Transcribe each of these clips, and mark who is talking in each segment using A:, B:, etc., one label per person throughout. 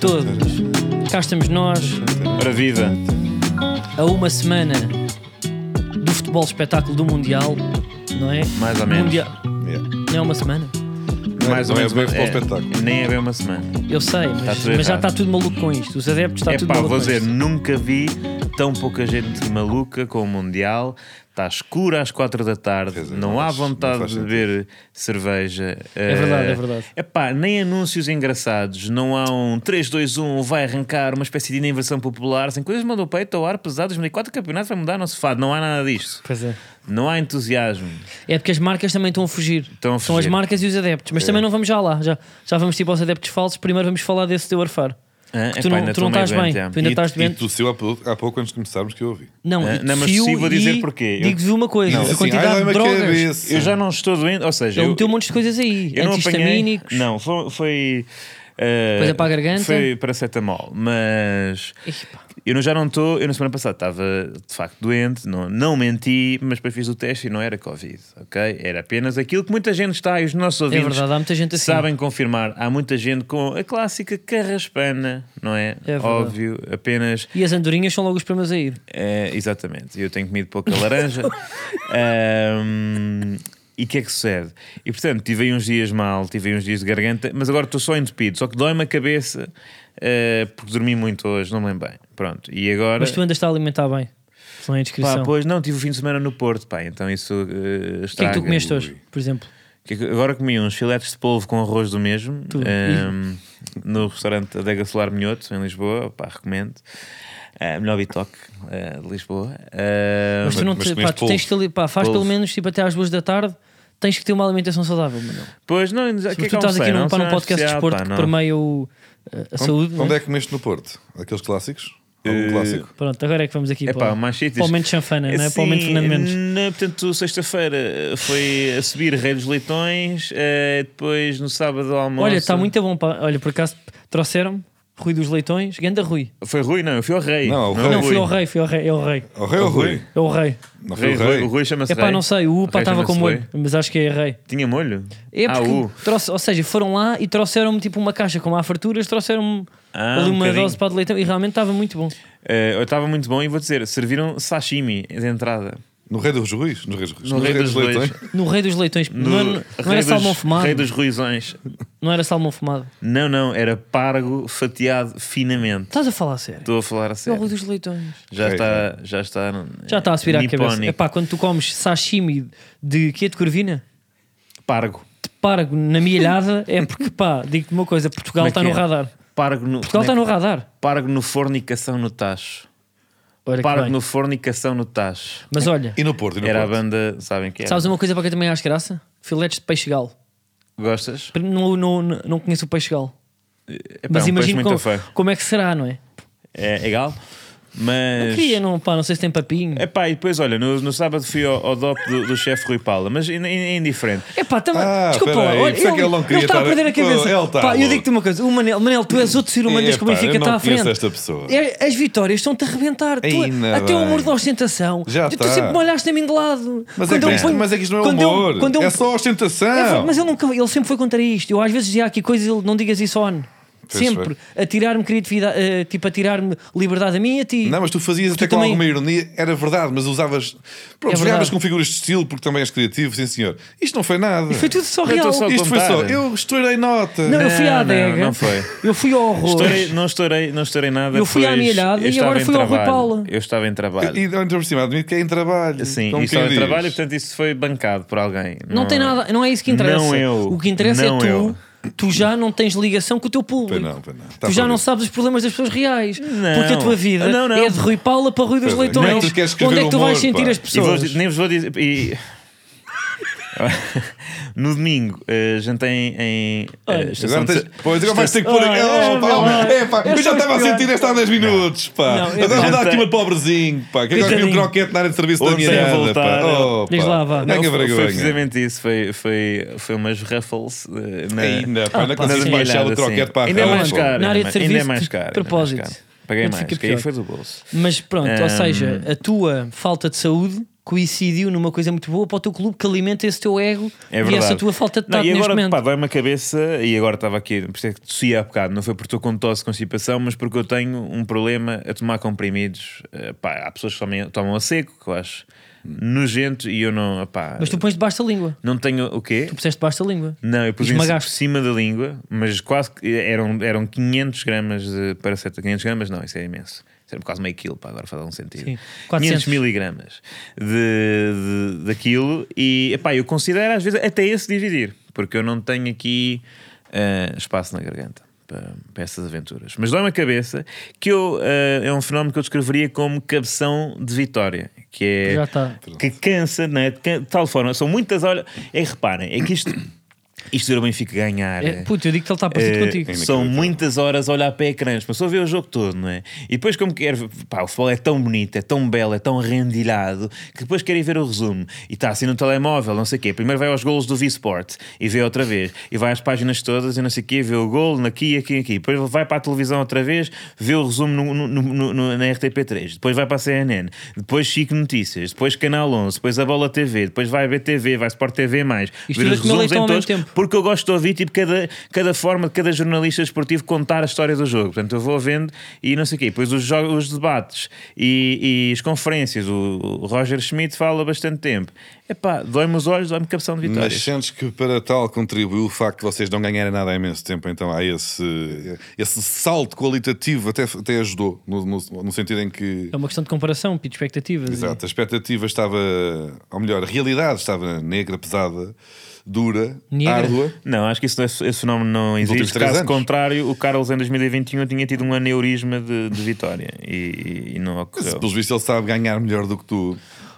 A: todos. Cá estamos nós,
B: Ora viva.
A: a uma semana do futebol espetáculo do Mundial, não é?
B: Mais ou menos.
A: Mundial-
C: Yeah.
A: Não é uma semana?
C: Não é-
B: Mais ou
C: não é
B: menos.
C: bem
B: uma-
C: futebol espetáculo.
B: Nem é bem uma semana.
A: Eu sei,
B: Está
A: mas,
B: tudo
A: mas já
B: errado.
A: está tudo maluco com isto. Os adeptos está
B: É
A: Tá tudo
B: pá,
A: maluco
B: vou
A: com
B: dizer,
A: isto.
B: nunca vi tão pouca gente maluca com o Mundial. Está escuro às quatro da tarde,
C: Pois é,
B: não
C: mas
B: há
C: não
B: vontade
C: faz
B: de
C: sentido.
B: beber cerveja.
A: É verdade, é verdade.
B: É pá, nem anúncios engraçados, não há um 3, 2, 1, vai arrancar uma espécie de inversão popular, sem coisas mandou peito ao ar pesado, 2004 campeonato vai mudar, não se fado, não há nada disto.
A: Pois é.
B: Não há entusiasmo.
A: É porque as marcas também estão a fugir.
B: Estão a
A: São as
B: fugir. É.
A: marcas e os adeptos. Mas também não vamos já lá. Já, já vamos tipo aos adeptos falsos. Primeiro vamos falar desse teu arfar.
B: Ah,
A: Que
B: é
A: tu
B: pá,
A: não,
B: ainda
A: tu não
B: estou meio
A: estás bem.
B: doente, é.
A: Tu ainda
C: E-
A: estás
C: E
A: doente.
C: tossiu há pouco, há pouco antes de começarmos que eu ouvi.
A: Não,
B: Ah,
A: e
B: não, mas
A: fio
B: sim, vou dizer
A: e
B: porquê. Eu-
A: Digo-vos uma coisa: a
C: Assim,
A: quantidade
C: ai, dá-me
A: de
C: a
A: drogas.
C: cabeça.
B: Eu já não estou doente, ou seja,
A: Ele
B: eu,
A: meteu um monte de coisas aí.
B: Eu não apanhei.
A: Antihistamínicos.
B: Não, foi. foi eh,
A: Coisa para a garganta?
B: Foi para cetamol, mas.
A: Epá.
B: Eu não- já não estou. Eu na semana passada estava de facto doente, não, não menti, mas depois fiz o teste e não era Covid, ok? Era apenas aquilo que muita gente está e os nossos ouvintes
A: É verdade, há muita gente assim.
B: sabem confirmar. Há muita gente com a clássica carraspana, não é?
A: É verdade.
B: Óbvio, apenas.
A: E as andorinhas são logo os primeiros a ir.
B: É, exatamente. Eu tenho comido pouca laranja. Ahm, e o que é que sucede? E portanto, tive aí uns dias mal, tive aí uns dias de garganta, mas agora estou só entupido. Só que dói-me a cabeça eh, porque dormi muito hoje, não me lembro bem. Pronto, e agora.
A: Mas tu ainda está a alimentar bem. Se não é
B: Pá,
A: inscrição. O
B: pois não, tive o fim de semana no Porto, pá, então isso
A: que
B: está.
A: é que tu comeste hoje, por exemplo?
B: é Agora comi uns filetes de polvo com arroz do mesmo
A: Tudo.
B: ahm, no restaurante Adega Solar Minhoto, em Lisboa, pá, recomendo. Ah, melhor bitoque ah, de Lisboa. Ah,
A: Mas tu não
C: mas
A: te, pá,
C: comeste
A: tu tens
C: polvo.
A: que ali, pá, faz
B: Polvo.
A: pelo menos tipo até às duas da tarde. Tens que ter uma alimentação saudável, Manuel.
B: Pois não, o que é
A: Porque
B: que
A: tu estás
B: almocei?
A: aqui num,
B: Não,
A: pá, num
B: não é
A: podcast de
B: especial,
A: desporto
B: pá,
A: que
B: não.
A: permeia o, a- a saúde. não
C: Onde
A: é?
C: é que comeste no Porto? Aqueles clássicos? Algum clássico?
A: Pronto, agora é que vamos aqui
B: É pá,
A: para,
B: o mais sítios.
A: para o momento chanfana, não é? Para o momento
B: Assim,
A: Fernando Mendes.
B: na- portanto, sexta-feira eh, foi a subir Rei dos Leitões, eh, depois no sábado ao almoço.
A: Olha, está muito bom. Pá. Olha, por acaso trouxeram-me Rui dos Leitões, Ganda Rui.
B: Foi Rui, não, eu fui ao Rei.
C: Não, é ao Rui.
A: Não,
B: ao
A: fui ao rei, fui ao rei, é o rei.
C: O rei ou o Rui?
A: É o rei.
C: Não foi
B: Rei,
C: o
B: Rui,
C: rei.
B: o Rui chama-se
A: É
B: Rei.
A: pá, não sei, o Upa
B: rei
A: estava com
B: chama-se
A: molho,
B: Rei.
A: mas acho que é rei.
B: Tinha molho?
A: É
B: ah, o.
A: porque, trouxe, ou seja, foram lá e trouxeram-me tipo uma caixa com uma farturas, trouxeram-me
B: Ah,
A: ali
B: um
A: uma
B: bocadinho.
A: dose para de leitão e realmente estava muito bom.
B: Eh, eu estava muito bom e vou dizer, serviram sashimi de entrada.
C: No rei dos Ruiz? No rei dos Ruiz.
B: No Rei dos Ruiz.
C: Leitões.
A: No Rei dos Leitões, não,
B: No
A: era, não era
B: Rei dos-
A: salmão fumado.
B: Rei dos Ruizões.
A: Não era salmão fumado.
B: Não, não, era pargo fatiado finamente.
A: Estás a falar a sério?
B: Estou a falar a
A: É o Rei
B: sério.
A: dos Leitões.
B: Já
C: Ok,
B: está, já está.
A: Já está a subir à
B: nipónico.
A: cabeça. É pá, quando tu comes sashimi de quê? De corvina?
B: Pargo.
A: De pargo na milhada é porque pá, digo-te uma coisa, Portugal
B: Como é
A: está
B: que
A: no
B: é?
A: radar.
B: Pargo no,
A: Portugal está no radar.
B: Pargo no fornicação no Tacho.
A: Ora É que
B: Pargo
A: bem.
B: no fornicação no Tacho.
A: Mas olha,
C: E no Porto? E no
B: Era a
C: Porto?
B: banda, sabem é? que era?
A: sabes um- uma coisa para que eu também acho graça? Filetes de peixe galo.
B: Gostas?
A: Não, não, não- não conheço o peixe galo.
B: É,
A: Mas
B: pá, um peixe
A: imagino
B: muito
A: como,
B: feio.
A: como é que será, não é?
B: É, é galo.
A: Não
B: Mas.
A: queria, não, pá, não sei se tem papinho.
B: É pá, e depois olha, no, no sábado fui ao, ao DOP do, do chefe Rui Paula, mas in- in- é indiferente.
A: É pá, também.
C: Ah,
A: desculpa
C: pera
A: lá.
C: aí,
A: Olha,
C: por isso é
A: ele,
C: que ele não
A: ele
C: queria
A: está a
C: estar-
A: perder a
C: Pô,
A: cabeça.
C: ele está
A: pá, eu
C: louco.
A: digo-te uma coisa: o Manel, Manel, tu és outro ser humano desde que o
C: Epá,
A: Benfica
C: eu
A: está
C: não
A: à frente.
C: conheço esta pessoa.
A: É- As vitórias estão-te a arrebentar. Tu-
C: Ainda
A: até o
C: bem.
A: humor da ostentação.
C: Já
A: tu, tu
C: está.
A: sempre me olhaste a mim de lado.
C: Mas é,
A: Quando
C: que
A: eu
C: isto,
A: ponho-
C: mas é que isto não é
A: quando eu-
C: humor.
A: quando eu-
C: É só ostentação.
A: É verdade, mas ele, nunca, ele sempre foi contra isto. Eu às vezes dizia aqui coisas, ele não digas isso on.
C: Pois
A: sempre. A tirar-me criatividade, eh, tipo, a tirar-me liberdade a mim e a ti.
C: Não, mas tu fazias até com
A: também-
C: alguma ironia, era verdade, mas usavas. Pronto,
A: É
C: jogavas
A: verdade.
C: com figuras de estilo porque também és criativo, sim senhor. Isto não foi nada.
A: Foi tudo só
B: Eu estou
A: real.
B: só-
C: Isto foi
B: contar.
C: então só. Eu estourei nota.
A: Não, eu fui à
B: Não, não,
A: adega.
B: não foi. é-
A: Eu fui ao arroz.
B: Estourei- não, estourei, não estourei nada.
A: Eu fui à
B: pois
A: Mialhada
B: eu
A: e
B: estava
A: agora
B: em
A: fui ao Rui
B: trabalho.
A: Paula.
B: Eu estava em trabalho.
C: E ainda por cima, admito que é em trabalho.
B: Sim,
C: como
B: e estava
C: quem
B: em
C: diz.
B: trabalho, e, portanto isso foi bancado por alguém.
A: Não, tem nada, não é isso que interessa.
B: Não eu.
A: O que interessa
B: Não
A: é tu.
B: eu.
A: Tu já não tens ligação com o teu público.
C: Pois não, pois não. Tá
A: Tu já
C: por
A: não
C: isso.
A: sabes os problemas das pessoas reais. Porque a tua vida
B: Não, não.
A: é de Rui Paula para Rui dos
C: Pois é.
A: Leitões.
C: Nem tu queres escrever
A: Onde é que tu
C: humor,
A: vais sentir
C: pá.
A: as
B: E vou-
A: pessoas?
B: nem vos vou dizer. e- no domingo, eh, jantei em. em, eh, estação
C: Agora
B: de-
C: tens, pois agora vais ter que pôr.
A: Ah,
C: Oh, pá,
A: é,
C: é, pá,
A: é
C: eu
A: só
C: já estava a
A: pior.
C: sentir esta há 10 minutos. Pá.
A: Não, eu-
C: agora vou dar aqui
B: Ontem-
C: uma pobrezinho. Pá, que agora comi um
A: Coitadinho.
C: croquete na área de serviço da
B: Ontem
C: minha
B: a
C: nada,
B: voltar,
C: pá. Oh,
A: Diz
C: pá.
A: lá, vá.
C: Não,
B: Não,
C: que
B: foi, foi
C: vergonha.
B: precisamente isso. Foi, foi, foi umas ruffles. eh, na,
C: Ainda, pá,
A: Ah,
C: não
A: pá,
C: consigo
A: sim.
C: baixar o
B: Olhada,
C: croquete
B: sim.
C: para a
B: Ainda é
C: rua,
B: mais
C: pá.
B: caro.
A: Na área de
B: ainda
A: serviço,
B: é mais
A: de
B: caro. ainda é mais
A: propósito.
B: caro. Paguei
A: Quando
B: mais,
A: fica
B: que aí
A: pior.
B: foi do bolso.
A: Mas pronto, ou
B: Ahm.
A: seja, a tua falta de saúde coincidiu numa coisa muito boa para o teu clube que alimenta esse teu ego
B: É
A: e
B: verdade.
A: essa tua falta de
B: Não,
A: tato
B: e
A: neste
B: agora,
A: momento.
B: pá, dói-me a cabeça e agora estava aqui, por isso é que tossi há bocado. Não foi por estou com tosse, constipação, mas porque eu tenho um problema a tomar comprimidos. Eh, pá, há pessoas que tomem- tomam a seco, que eu acho nojento e eu não, pá,
A: Mas tu pões debaixo da língua.
B: não tenho o quê?
A: Tu puseste debaixo da língua.
B: Não, eu pus em
A: Esmagaste.
B: cima da língua, mas quase que eram, eram 500 gramas de paracetamol. 500 gramas não, isso é imenso. Isso era quase meio quilo, pá, agora faz algum sentido.
A: Sim, 400.
B: 500 miligramas de, de- daquilo e, epá, eu considero às vezes até esse dividir, porque eu não tenho aqui ah, espaço na garganta. Para, para essas aventuras, mas dói-me a cabeça que eu ah, é um fenómeno que eu descreveria como cabeção de vitória, que é
A: Já tá. está.
B: que cansa, né? de can- de tal forma, são muitas horas. É que reparem, é que isto, isto era o Benfica ganhar.
A: É, puto, eu digo que ele está parecido
B: Eh,
A: contigo.
B: são muitas horas a olhar para ecrãs, mas só ver o jogo todo, não é? E depois, como quero, pá, o futebol é tão bonito, é tão belo, é tão rendilhado que depois querem ver o resumo e está assim no telemóvel, não sei o quê. Primeiro vai aos golos do Visport e vê outra vez, e vai às páginas todas e não sei o quê, vê o golo aqui, aqui, aqui. Depois vai para a televisão outra vez, vê o resumo no- no- no- no- na RTP3, depois vai para a CNN, depois Chico Notícias, depois Canal 11, depois a Bola TV, depois vai a BTV, vai Sport TV, mais.
A: Isto
B: ver
A: tudo é
B: os
A: a comer
B: resumos em
A: leitão ao mesmo
B: todos,
A: tempo.
B: porque eu gosto de ouvir tipo, cada, cada forma de cada jornalista esportivo contar a história do jogo. Portanto, eu vou vendo e não sei o quê. Depois os, jogos, os debates e, e as conferências. O, o Roger Schmidt fala bastante tempo. Epá, dói-me os olhos, dói-me capção de
C: Mas
B: vitórias.
C: sentes que para tal contribuiu o facto de vocês não ganharem nada há imenso tempo, então há esse, esse salto qualitativo até, até ajudou, no, no- no sentido em que
A: É uma questão de comparação, pito, expectativas.
C: exato, a expectativa estava, ou melhor, a realidade estava negra, pesada, dura,
A: Negra?
C: árdua.
B: Não, acho que isso, esse, esse fenómeno não existe.
C: últimos três
B: Caso
C: anos.
B: contrário, o Carlos em 2021 tinha tido um aneurisma de, de vitória e, e não
C: Se
B: ocorreu.
C: pelos vistos ele sabe ganhar melhor do que tu.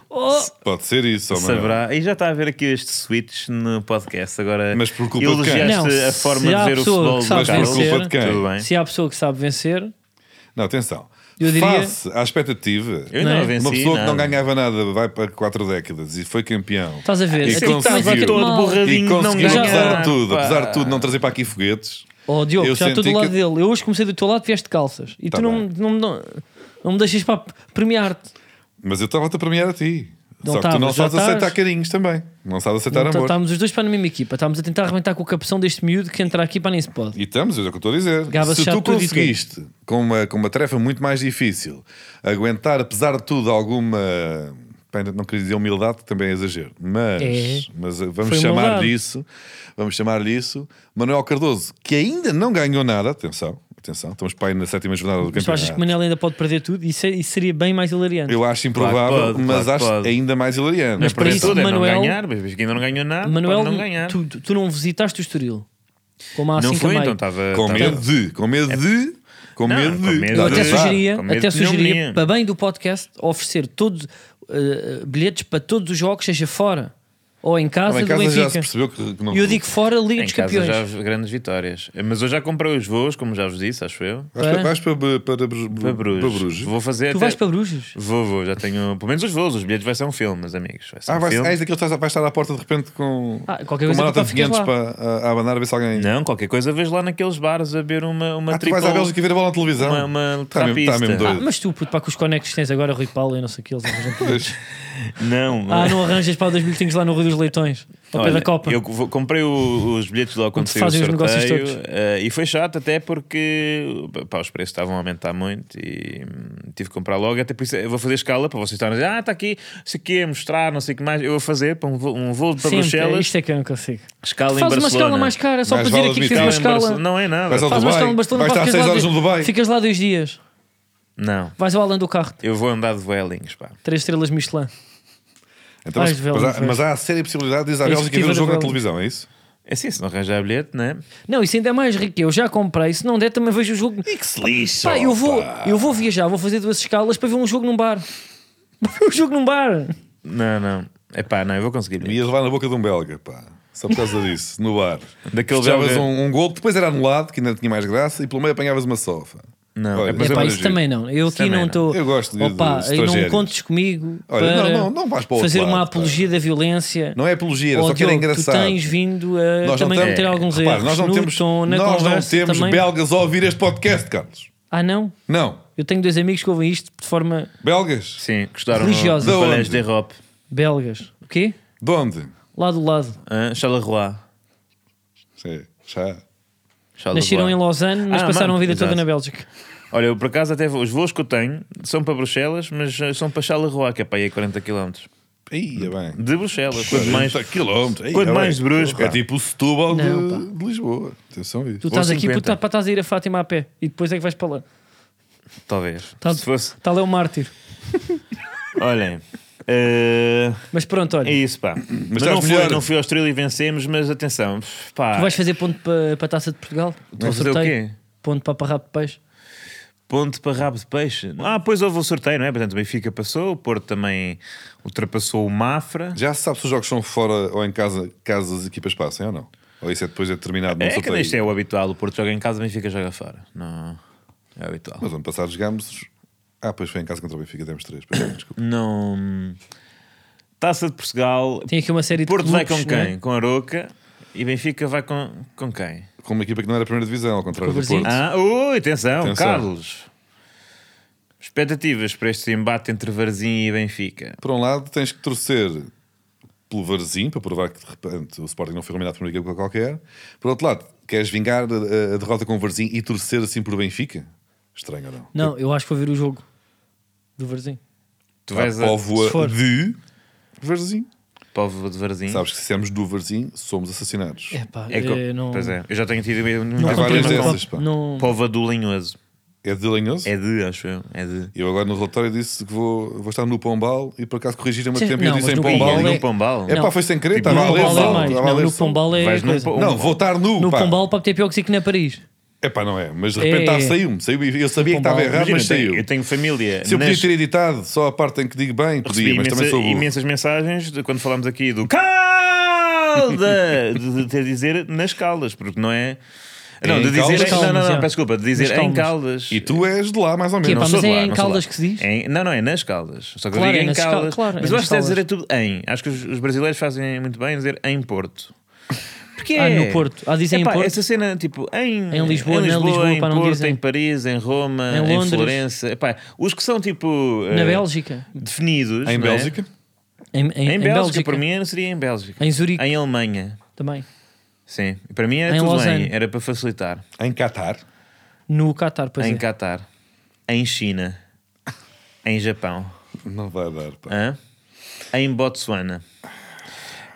A: Oh,
C: Pode ser isso, ou melhor.
B: Saberá. E já está a ver aqui este switch no podcast agora.
C: Mas por culpa de
B: elogiaste
A: quem? Não,
B: a
A: se
B: forma de
A: há
B: ver o
A: pessoa
B: futebol
A: que sabe
B: do Carlos.
A: vencer- Mas
C: por culpa de quem?
B: Tudo bem.
A: Se há pessoa que sabe vencer,
C: Não, atenção.
A: Eu diria-
C: Face à expectativa,
B: Eu
A: Não
B: não,
A: é?
B: venci
C: uma pessoa que não
B: nada.
C: ganhava nada vai para quatro décadas e foi campeão.
A: estás a ver? é tipo,
C: E
A: Até
B: Sim,
A: que
C: conseguiu.
A: também fica
C: Todo
A: mal.
C: E conseguiu,
A: ganhar,
C: apesar de tudo, apesar de tudo, não trazer para aqui foguetes.
A: Oh, Diogo,
C: Eu
A: já estou do
C: senti
A: lado
C: que-
A: dele. Eu hoje comecei do teu lado, vieste de calças. E
C: Tá
A: tu não,
C: bem.
A: não, me- não, não me deixas para premiar-te.
C: Mas eu estava-te a premiar a ti.
A: Não
C: Só que tu
A: estavas,
C: não
A: já
C: sabes aceitar
A: estás.
C: carinhos também. Não sabes aceitar
A: Então,
C: amor.
A: Estamos os dois para na mesma equipa. Estamos a tentar arrebentar com o capção deste miúdo que entrar aqui para nem se pode.
C: E estamos, é o que eu estou a dizer.
A: Gaba-se
C: Se
A: já
C: tu
A: tudo e tudo.
C: conseguiste, com uma, com uma tarefa muito mais difícil, aguentar, apesar de tudo, alguma. bem, Não queria dizer humildade, que também é exagero, mas,
A: É.
C: mas eh, vamos
A: Foi
C: chamar
A: humildade.
C: disso, vamos chamar disso Manuel Cardoso, que ainda não ganhou nada, atenção, atenção, estamos para aí na sétima jornada do
A: Mas tu achas que
C: campeonato.
A: Manel ainda pode perder tudo? Isso, é- isso seria bem mais hilariante.
C: Eu acho improvável,
B: Claro que pode,
C: mas
B: claro que
C: acho
B: pode.
C: ainda mais hilariante.
B: Mas
A: para
B: para
A: isso,
B: isso tudo é
A: Manuel-
B: não ganhar, mas que ainda não ganhou nada,
A: Manuel,
B: pode não ganhar.
A: tu, assim tu não visitaste o Estoril. Como há
B: não
A: cinco a
B: foi,
A: meio.
B: então estava.
C: Com
B: estava-
C: medo de, com medo de, com
B: É. Não,
C: medo
B: com
C: de.
B: medo
A: Eu
B: Não,
A: até
B: não, não.
A: sugeria,
B: Com medo
A: até
B: de não
A: sugeria
B: menino.
A: para bem do podcast, oferecer todos eh, bilhetes para todos os jogos, seja fora ou em
C: Ah,
A: casa,
C: bem, em
A: do
C: casa já se
A: Benfica.
C: percebeu que, que não.
A: E eu digo fora Liga
B: Em
A: dos
B: casa
A: Campeões.
B: já houve grandes vitórias. Mas eu já comprei os voos, como já vos disse, acho eu.
C: Vais para,
A: É.
C: vais para, para, para, Bru-
B: Para
C: para
B: Bruges.
C: Bruges.
B: Vou fazer.
A: Tu
B: até-
A: vais para Bruges?
B: Vou, vou, já tenho. Pelo menos os voos, os bilhetes vai ser um filme, meus amigos. Vai ser
C: Ah,
B: um
C: vai,
B: filme.
C: ah, és daquele que estás- vais estar à porta de repente com,
A: Ah,
C: com
A: qualquer
C: uma
A: coisa tu
C: nota
A: pá,
C: de
A: ficas
C: 500
A: lá.
C: para a, a abanar a ver se alguém.
B: Não, qualquer coisa vejo lá naqueles bares a beber uma, uma tipo
C: Ah, tu vais à Bélgica ver a bola na televisão.
B: Uma- uma
C: Tá mesmo- tá
B: trapista.
C: mesmo
A: Ah,
C: doido.
A: mas tu, puto, pá, com os conectos que tens agora, Rui Paulo e não sei o que, eles arranjam tudo.
B: Não, é?
A: Ah, não arranjas para dois bilhetinhos lá no Rio dos Leitões, ao pé
B: Olha,
A: da Copa.
B: Eu vou- comprei o- os bilhetes logo quando
A: se
B: saiu o
A: fazem os
B: sorteio
A: negócios todos.
B: eh, e foi chato até porque pá, os preços estavam a aumentar muito e hum, tive que comprar logo. Até por isso eu vou fazer escala para vocês estarem a dizer, ah, está aqui, isso aqui é mostrar, não sei o que mais. Eu vou fazer para um voo, um voo para
A: Sempre, é
B: Bruxelas,
A: isto é que eu não consigo.
B: escala em
A: Faz uma
B: Barcelona.
A: escala mais cara, só
C: Mais
A: para dizer
C: vale
A: aqui que
C: admitir.
A: fez uma
B: Escala em Barcelona.
A: escala.
B: Não é nada.
C: Vais ao
A: Faz uma
C: Dubai.
A: escala em Barcelona,
C: Vais
A: pá,
C: estar
A: ficas
C: seis
A: lá
C: horas
A: dois-
C: no Dubai.
A: Ficas lá dois dias,
B: Não,
A: vais ao além do carro,
B: eu vou andar de velings, pá.
A: três estrelas Michelin.
C: Então, mas,
A: Vais ver,
C: mas há,
A: vais.
C: mas há a séria possibilidade de ir à
A: Tens
C: Bélgica
A: que
C: ver
A: ver
C: o jogo
A: a
C: na
A: Bélgica.
C: televisão, é isso?
B: É assim, se não arranjar bilhete, não é?
A: Não, isso ainda é mais rico. Eu já comprei, se não der, também vejo o jogo.
C: E que se lixa!
A: Pá, eu vou, eu vou viajar, vou fazer duas escalas para ver um jogo num bar. Para ver um jogo num bar.
B: Não, não. É pá, não, eu vou conseguir bilhete.
C: Ias levar na boca de um belga, pá. Só por causa disso, no bar.
B: Daquele
C: Fechavas
B: belga-
C: um, um gol, depois era anulado, que ainda tinha mais graça, e pelo meio apanhavas uma sofa.
B: Não,
C: Olha,
B: é
A: É
B: mas
A: pá,
C: era
A: isso
C: giro.
A: também não. Eu aqui
B: Também
A: não
B: não.
A: estou.
C: Eu gosto de-
A: Opa,
C: dos
A: aí não me
C: estrangeiros.
A: contes comigo
C: Olha,
A: para
C: não, não, não vais para o outro
A: fazer uma
C: lado, pá.
A: apologia da violência.
C: Não é apologia, era
A: Oh,
C: só que era
A: Diogo,
C: engraçado.
A: Tu tens vindo a
C: Nós não
A: também
C: temos-
A: cometer alguns
C: Repara,
A: erros.
C: nós não
A: no
C: temos,
A: tom, na
C: nós não
A: conversa
C: temos
A: também.
C: belgas a ouvir este podcast, Carlos.
A: Ah, não?
C: Não.
A: Eu tenho dois amigos que ouvem isto de forma.
C: Belgas?
B: Sim, gostaram
A: Religiosa.
B: no,
C: Da
B: no
C: onde?
B: Colégio de Europe.
A: Belgas. O quê?
C: De onde?
A: Lá do lado.
B: Hã? Charleroi.
C: Sim, já.
B: Charleroi.
A: Nasceram em Lausanne, mas
B: Ah,
A: passaram
B: mano,
A: a vida toda
B: exato.
A: na Bélgica.
B: Olha, eu por acaso até vou- os voos que eu tenho são para Bruxelas, mas eh, são para Charleroi, que é para aí a 40 km.
C: Ia é bem.
B: De Bruxelas, quanto mais.
C: 40 quilómetros. Ia
B: quanto
C: bem.
B: mais de Bruges, pá.
C: É tipo o Setúbal de,
A: Não, pá.
C: de Lisboa. Atenção a isso.
A: Tu estás aqui
B: 50.
A: puta, para estás a ir a Fátima a pé e depois é que vais para lá.
B: Talvez.
A: Tá-
B: Se fosse.
A: Tal é o mártir.
B: Olhem. eh,
A: Mas pronto, olha,
B: É isso, pá. Mas,
C: estás
B: não, fui,
C: melhor.
B: não fui ao Estrela e vencemos, mas atenção, pff, pá.
A: tu vais fazer ponto para, para a taça de Portugal? Para o
B: fazer o
A: sorteio?
B: quê?
A: Ponto para parrar de peixe?
B: Ponto para rabo de peixe. Ah, pois houve o sorteio, não é? Portanto, o Benfica passou, o Porto também ultrapassou o Mafra.
C: Já se sabe se os jogos são fora ou em casa, caso as equipas passem ou não? Ou isso é depois é determinado no
B: É que
C: sorteio?
B: isto é o habitual, o Porto joga em casa, o Benfica joga fora. Não, é o habitual.
C: Mas ano passado jogámos. Ah, pois foi em casa contra o Benfica, demos três. Pois, é, desculpa.
B: Não. hum, Taça de Portugal.
A: Tem aqui uma série de
B: Porto vai com
A: clubes,
B: quem?
A: né?
B: Com Aroca. E Benfica vai com, com quem?
C: Com uma equipa que não era a primeira divisão, ao contrário
A: Com o
C: do
A: Brasil.
C: Porto.
B: Ah, ui, atenção,
C: Atenção.
B: Carlos. Expectativas para este embate entre Varzim e Benfica.
C: Por um lado, tens que torcer pelo Varzim para provar que de repente o Sporting não foi eliminado por uma equipa qualquer. Por outro lado, queres vingar eh, a, a derrota com o Varzim e torcer assim por Benfica? Estranho ou não?
A: Não, eu acho que vou ver o jogo do Varzim.
B: Tu
C: Há
B: vais a
A: se for.
C: póvoa de Varzim.
B: povo de Varzim.
C: Sabes que se sermos do Varzim, somos assassinados.
A: É pá,
B: É que-
A: eh, não.
B: Pois é, eu já tenho tido medo.
A: Não
C: Há
A: contra-
C: várias
A: não-
C: dessas, pá.
A: não-
B: Pova do Linhoso.
C: É de lenhoso?
B: É de, acho eu. É de.
C: Eu agora no relatório disse que vou, vou estar no Pombal e por acaso corrigiram-me a
A: Sim,
C: tempo e
A: não,
C: eu disse
A: mas
C: em
A: no
C: Pombal.
A: Pombal
B: E
A: é-
B: no Pombal.
C: É pá, foi sem querer,
B: Tipo,
C: estava a
A: no
C: ler
A: Pombal é
C: só,
A: mais.
C: estava a
A: Não,
C: ler
A: no
C: Tá só.
A: Pombal é.
B: Vais num
A: coisa.
B: po-
C: Não, voltar nu.
A: No
C: pá.
A: Pombal pode ter pior que Zico na Paris.
C: É pá, não é. Mas de repente
A: É.
C: tá, saiu-me. Saiu, eu sabia que
A: Pombal.
C: estava errado,
B: Imagina,
C: mas
B: eu tenho-
C: saiu.
B: Eu tenho família.
C: Se eu
B: nas-
C: podia ter editado só a parte em que digo bem,
B: Recebi
C: podia, mas também
B: imensa-
C: sou burro.
B: imensas mensagens de quando falámos aqui do Calda de, de ter dizer nas Caldas, porque não é. Não,
C: Em
B: de dizer.
C: Caldas?
B: em- Não, não,
A: Calmas,
B: não,
A: já.
B: peço desculpa, de dizer
A: Nas
B: em
A: Calmas.
B: Caldas.
C: E tu és de lá, mais ou
A: Que é
C: menos.
A: pá,
B: não sou
A: mas
B: de lá,
A: é em
B: não sou de lá.
A: Caldas que se diz?
B: Em- não, não, é nas Caldas. Só
A: Claro,
B: que eu digo
A: é
B: em
A: nas Cal-
B: Caldas.
A: claro, é
B: mas eu
A: nas
B: acho que deve dizer é
A: Caldas.
B: tudo em. Acho que os, os brasileiros fazem muito bem em dizer em Porto. Porque
A: Ah,
B: é-
A: no Porto. Ah, dizem em
B: Epá,
A: Porto?
B: Essa cena, tipo, em,
A: Em Lisboa, na Lisboa,
B: em
A: pá, não
B: Porto,
A: dizem.
B: em Paris, em Roma,
A: Em
B: em,
A: Londres.
B: Florença. Epá, os que são, tipo,
A: Na
B: eh,
A: Bélgica.
B: definidos.
C: Ah, Em
B: não é?
C: Bélgica?
A: Em, em,
B: Em,
A: em
B: Bélgica, para mim, seria em Bélgica.
A: Em Zurique
B: Em Alemanha,
A: também.
B: sim. Para mim era
A: Em
B: tudo
A: Lausanne.
B: bem, era para facilitar.
C: Em Catar?
A: No Qatar, pois
B: em
A: é.
B: Catar, em China, em Japão,
C: Não vai dar, pá.
B: hã? em Botsuana.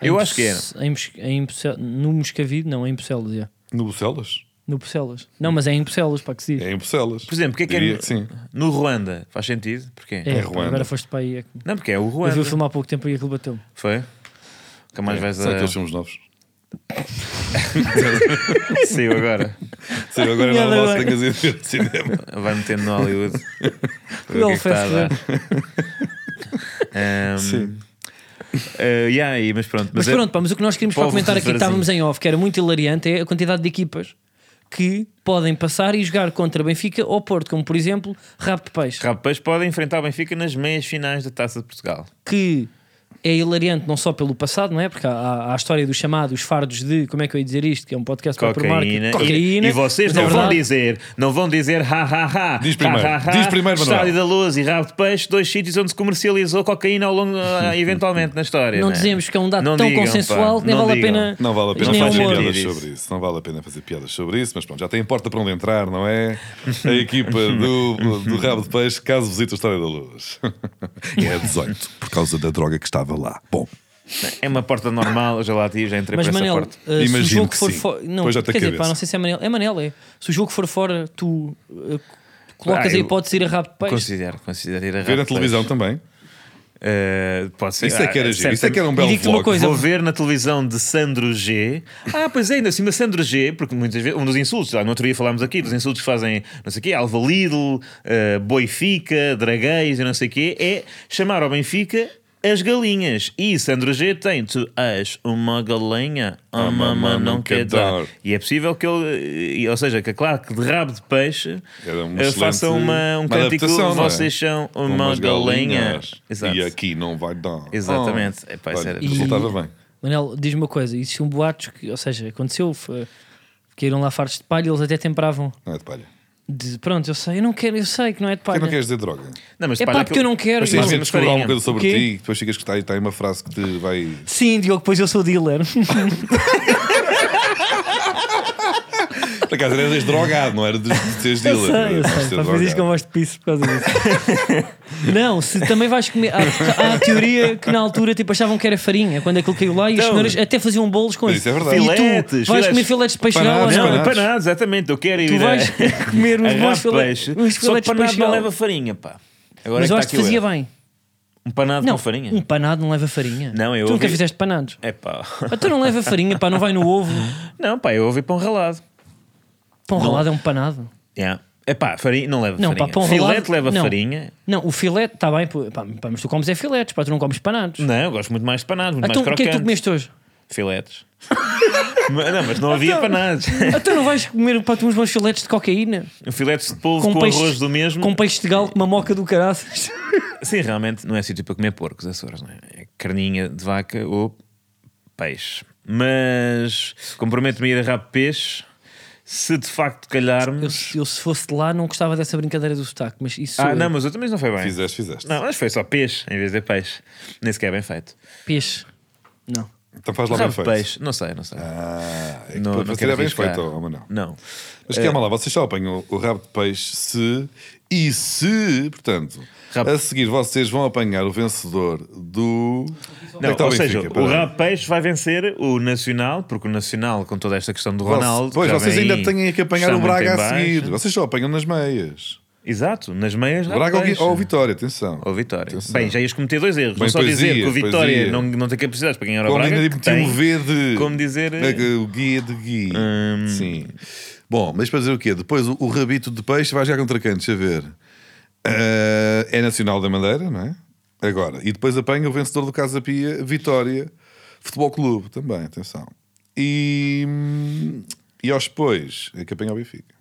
B: Eu acho que é. era.
A: Em, Mos- em Bucel- no Moscavide, não, em Bucelas, já.
C: No Bucelas?
A: No Bucelas. Não, mas é em Bucelas, pá, que se diz.
C: É em Bucelas.
B: Por exemplo, o que é que é
C: Diria
B: no-
C: que sim.
B: no Ruanda? Faz sentido? Porquê?
A: É,
C: em
A: pá,
C: Ruanda.
A: agora foste para aí. é que-
B: Não, porque é o
A: Eu vi
B: Ruanda.
A: o filme há pouco tempo e aquilo bateu-me.
B: Foi? Nunca mais é- vais
C: São
B: a...
C: aqueles filmes novos.
B: Saiu agora.
C: Sei, agora
A: Piada
C: não posso
A: agora.
C: ter que dizer de cinema.
B: Vai metendo no Hollywood. é
A: Ele fez
B: Sim. eh, yeah, e- mas pronto.
A: Mas,
B: é-
A: pronto, pá, mas o que nós queríamos só
B: Povo
A: comentar aqui, que
B: Varzim.
A: estávamos em off, que era muito hilariante, é a quantidade de equipas que podem passar e jogar contra Benfica ou Porto, como por exemplo Rabo de Peixe,
B: Rapaz, podem enfrentar o Benfica nas meias finais da Taça de Portugal.
A: que é hilariante não só pelo passado, não é? Porque há- há, há a história dos chamados fardos de, como é que eu ia dizer isto, que é um podcast para promover
B: Cocaína.
A: marca,
B: E- E, vocês
A: mas é
B: não vão
A: verdade.
B: dizer, não vão dizer ha ha ha.
C: Diz primeiro,
B: ha, ha, ha,
C: diz primeiro, Manuel.
B: Estádio da Luz e Rabo de Peixe, dois sítios onde se comercializou cocaína ao longo, ah, eventualmente na história.
A: Não
B: né?
A: dizemos que é um dado
B: Não
A: tão
B: digam,
A: consensual
B: pá,
A: que nem
B: não
A: vale
B: digam.
A: a pena.
C: Não vale a
A: isto
C: pena
A: nem é
B: faz
C: fazer
A: humor.
B: sentido.
C: piadas
B: isso.
C: sobre isso. Não vale a pena fazer piadas sobre isso, mas pronto, já tem porta para onde entrar, não é? A equipa do, do Rabo de Peixe, caso visite a História da Luz. É 18, por causa da droga que estava lá. Bom,
B: É uma porta normal, eu já lá tive, já entrei
A: Mas
B: por essa
A: Manel,
B: porta.
A: eh, se o
C: Imagino
A: jogo
C: que
A: for
C: sim.
A: fora. Não,
C: Pois já
A: quer
C: tem
A: dizer,
C: cabeça.
A: pá, não sei se é Manel. É Manel, é. Se o jogo for fora, tu eh, colocas
B: Ah,
A: a
B: eu-
A: hipótese de ir a rabo de peixe.
B: Considero, considero ir
C: ver
B: a Rabo
C: na
B: de
C: televisão
B: Peixe.
C: também.
B: Eh, pode ser.
C: Isso é que era
B: Ah,
C: giro, isso é que era um
A: E
C: belo
A: digo-te uma
C: vlog.
A: coisa,
B: Vou ver na televisão de Sandro G. Ah, pois é, ainda assim, mas Sandro G, porque muitas vezes, um dos insultos, lá no outro dia falámos aqui, dos insultos que fazem, não sei o quê, Alva Lidl, eh, Boifica, Dragueis e não sei o quê, é chamar ao Benfica as galinhas. E Sandro G tem, tu és uma galinha,
C: Ah,
B: a mamã não quer dar. E é possível que ele, eh, ou seja, que é claro que de rabo de peixe
C: Era um
B: eh,
C: excelente-
B: faça uma, um
C: uma
B: cântico,
C: adaptação, não é?
B: vocês são
C: Com
B: uma
C: umas
B: galinha. Exato.
C: E aqui não vai dar.
B: Exatamente.
C: Ah,
B: Epá, isso
C: olha,
B: era-
C: Resultava bem.
A: Manel, diz-me uma coisa: existiam boatos que, ou seja, aconteceu, foi, que iram lá fartos de palha e eles até temperavam.
C: Não é de palha.
A: de- pronto, eu sei, eu não quero, eu sei que não é de
C: Porquê
A: palha.
C: não queres dizer droga?
B: Não, mas
A: É
B: repara
A: pá, porque eu não quero.
B: Mas
A: Sim,
C: Tens
B: nós
C: de
B: temos
C: descobrir alguma
B: farinha.
C: coisa sobre
A: Quê?
C: ti, depois chegas que está aí, está aí uma frase que te vai.
A: Sim, Diogo, pois eu sou dealer.
C: Por acaso eras desdrogado, não era de, de seres
A: Eu
C: dealer.
A: sei, eu
C: Eras de
A: sei.
C: ser
A: Pá, Mas diz que
C: drogado.
A: eu gosto de piso por causa disso. não, se também vais comer. Há, há a teoria que na altura tipo, achavam que era farinha, quando aquilo caiu lá e as
B: Então,
A: senhoras até faziam bolos com
C: mas isso
A: isso.
C: é verdade.
A: E tu
B: Filetes,
A: vais
B: filetes.
A: comer filetes de peixe lá ou
C: Panados,
A: não?
B: Não,
C: panados.
B: empanado, exatamente. Eu quero ir
A: Tu vais
B: a-
A: comer uns
B: a
A: bons
B: rabo de
A: filetes-
B: peixe.
A: uns
B: Só que
A: filetes de
B: panado não
A: Portugal.
B: leva farinha, pá. Agora
A: Mas
B: é que
A: eu
B: tá
A: acho que
B: aqui o
A: fazia
B: erro.
A: bem.
B: Um panado
A: Não,
B: com farinha?
A: um panado não leva farinha.
B: Não, eu
A: tu nunca
B: ouvi-
A: fizeste panados.
B: É pá.
A: Ah, tu não leva farinha, pá, não vai no ovo.
B: Não, pá, eu ouvi pão ralado.
A: Pão ralado é um panado.
B: Yeah. É pá, farinha não leva
A: Não, pá,
B: farinha.
A: pão
B: Filete
A: ralado-
B: leva
A: não.
B: farinha.
A: Não, o filete, está bem, pô, pá, pá, mas tu comes é filetes, pá, tu não comes panados.
B: Não, eu gosto muito mais de panados, muito
A: Ah, então
B: mais
A: o que é que tu
B: crocante.
A: comeste hoje?
B: Filetes. Mas- não, mas não havia panados.
A: Ah, tu não vais comer para tu uns bons filetes de cocaína?
B: Filetes de polvo com, arroz do mesmo.
A: Com peixe de galo, com uma moca do caraças.
B: Sim, realmente não é sítio para comer porcos, Açores, não é? É carninha de vaca ou peixe. Mas comprometo-me a ir a rabo de peixe se de facto
A: Eu,
B: calharmos.
A: se- eu, se fosse de lá, não gostava dessa brincadeira do sotaque, mas isso.
B: Ah,
A: é
B: não, mas eu também não foi bem.
C: Fizeste, fizeste.
B: Não, mas foi só peixe em vez de peixe. Nem sequer é bem feito.
A: Peixe. Não.
C: Então faz lá bem
B: Rabo de
C: feito.
B: peixe, não sei, não sei.
C: Ah, é que
B: não,
C: para
B: não
C: fazer é
B: quero
C: bem
B: arriscar.
C: feito, ou não.
B: Não.
C: Mas que é lá, vocês só apanham o rabo de peixe se e se, portanto,
B: Rabo-
C: a seguir vocês vão apanhar o vencedor do. Onde é
B: Não,
C: que está
B: ou seja,
C: Benfica?
B: o
C: Espera aí.
B: rabo de peixe vai vencer o Nacional, porque o Nacional, com toda esta questão do
C: Voc-
B: Ronaldo.
C: Pois
B: já
C: vocês
B: vem
C: ainda
B: aí,
C: têm que apanhar
B: está
C: o
B: muito
C: Braga
B: em
C: a
B: baixo.
C: seguir. Vocês só apanham nas meias.
B: Exato, nas meias. rabo de
C: Braga ou, Vi-
B: peixe.
C: ou Vitória, atenção.
B: Ou Vitória.
C: Atenção.
B: Bem, já ias cometer dois erros.
C: Então, Bem,
B: não só
C: pois
B: dizer
C: ia,
B: que o
C: pois
B: Vitória
C: ia.
B: não, não tem capacidades para ganhar o
C: Como
B: Braga.
C: ainda
B: que
C: meti um
B: é tem.
C: V de.
B: Como dizer, eh, hum,
C: Eh, O guia de Gui. Sim. Bom, mas para dizer o quê? Depois o, o rabito de peixe vai jogar contra quem? Deixa eu ver. Ah, é Nacional da Madeira, não é? Agora. E depois apanha o vencedor do Casa Pia, Vitória Futebol Clube também, atenção. E. E aos depois é que apanha o Benfica.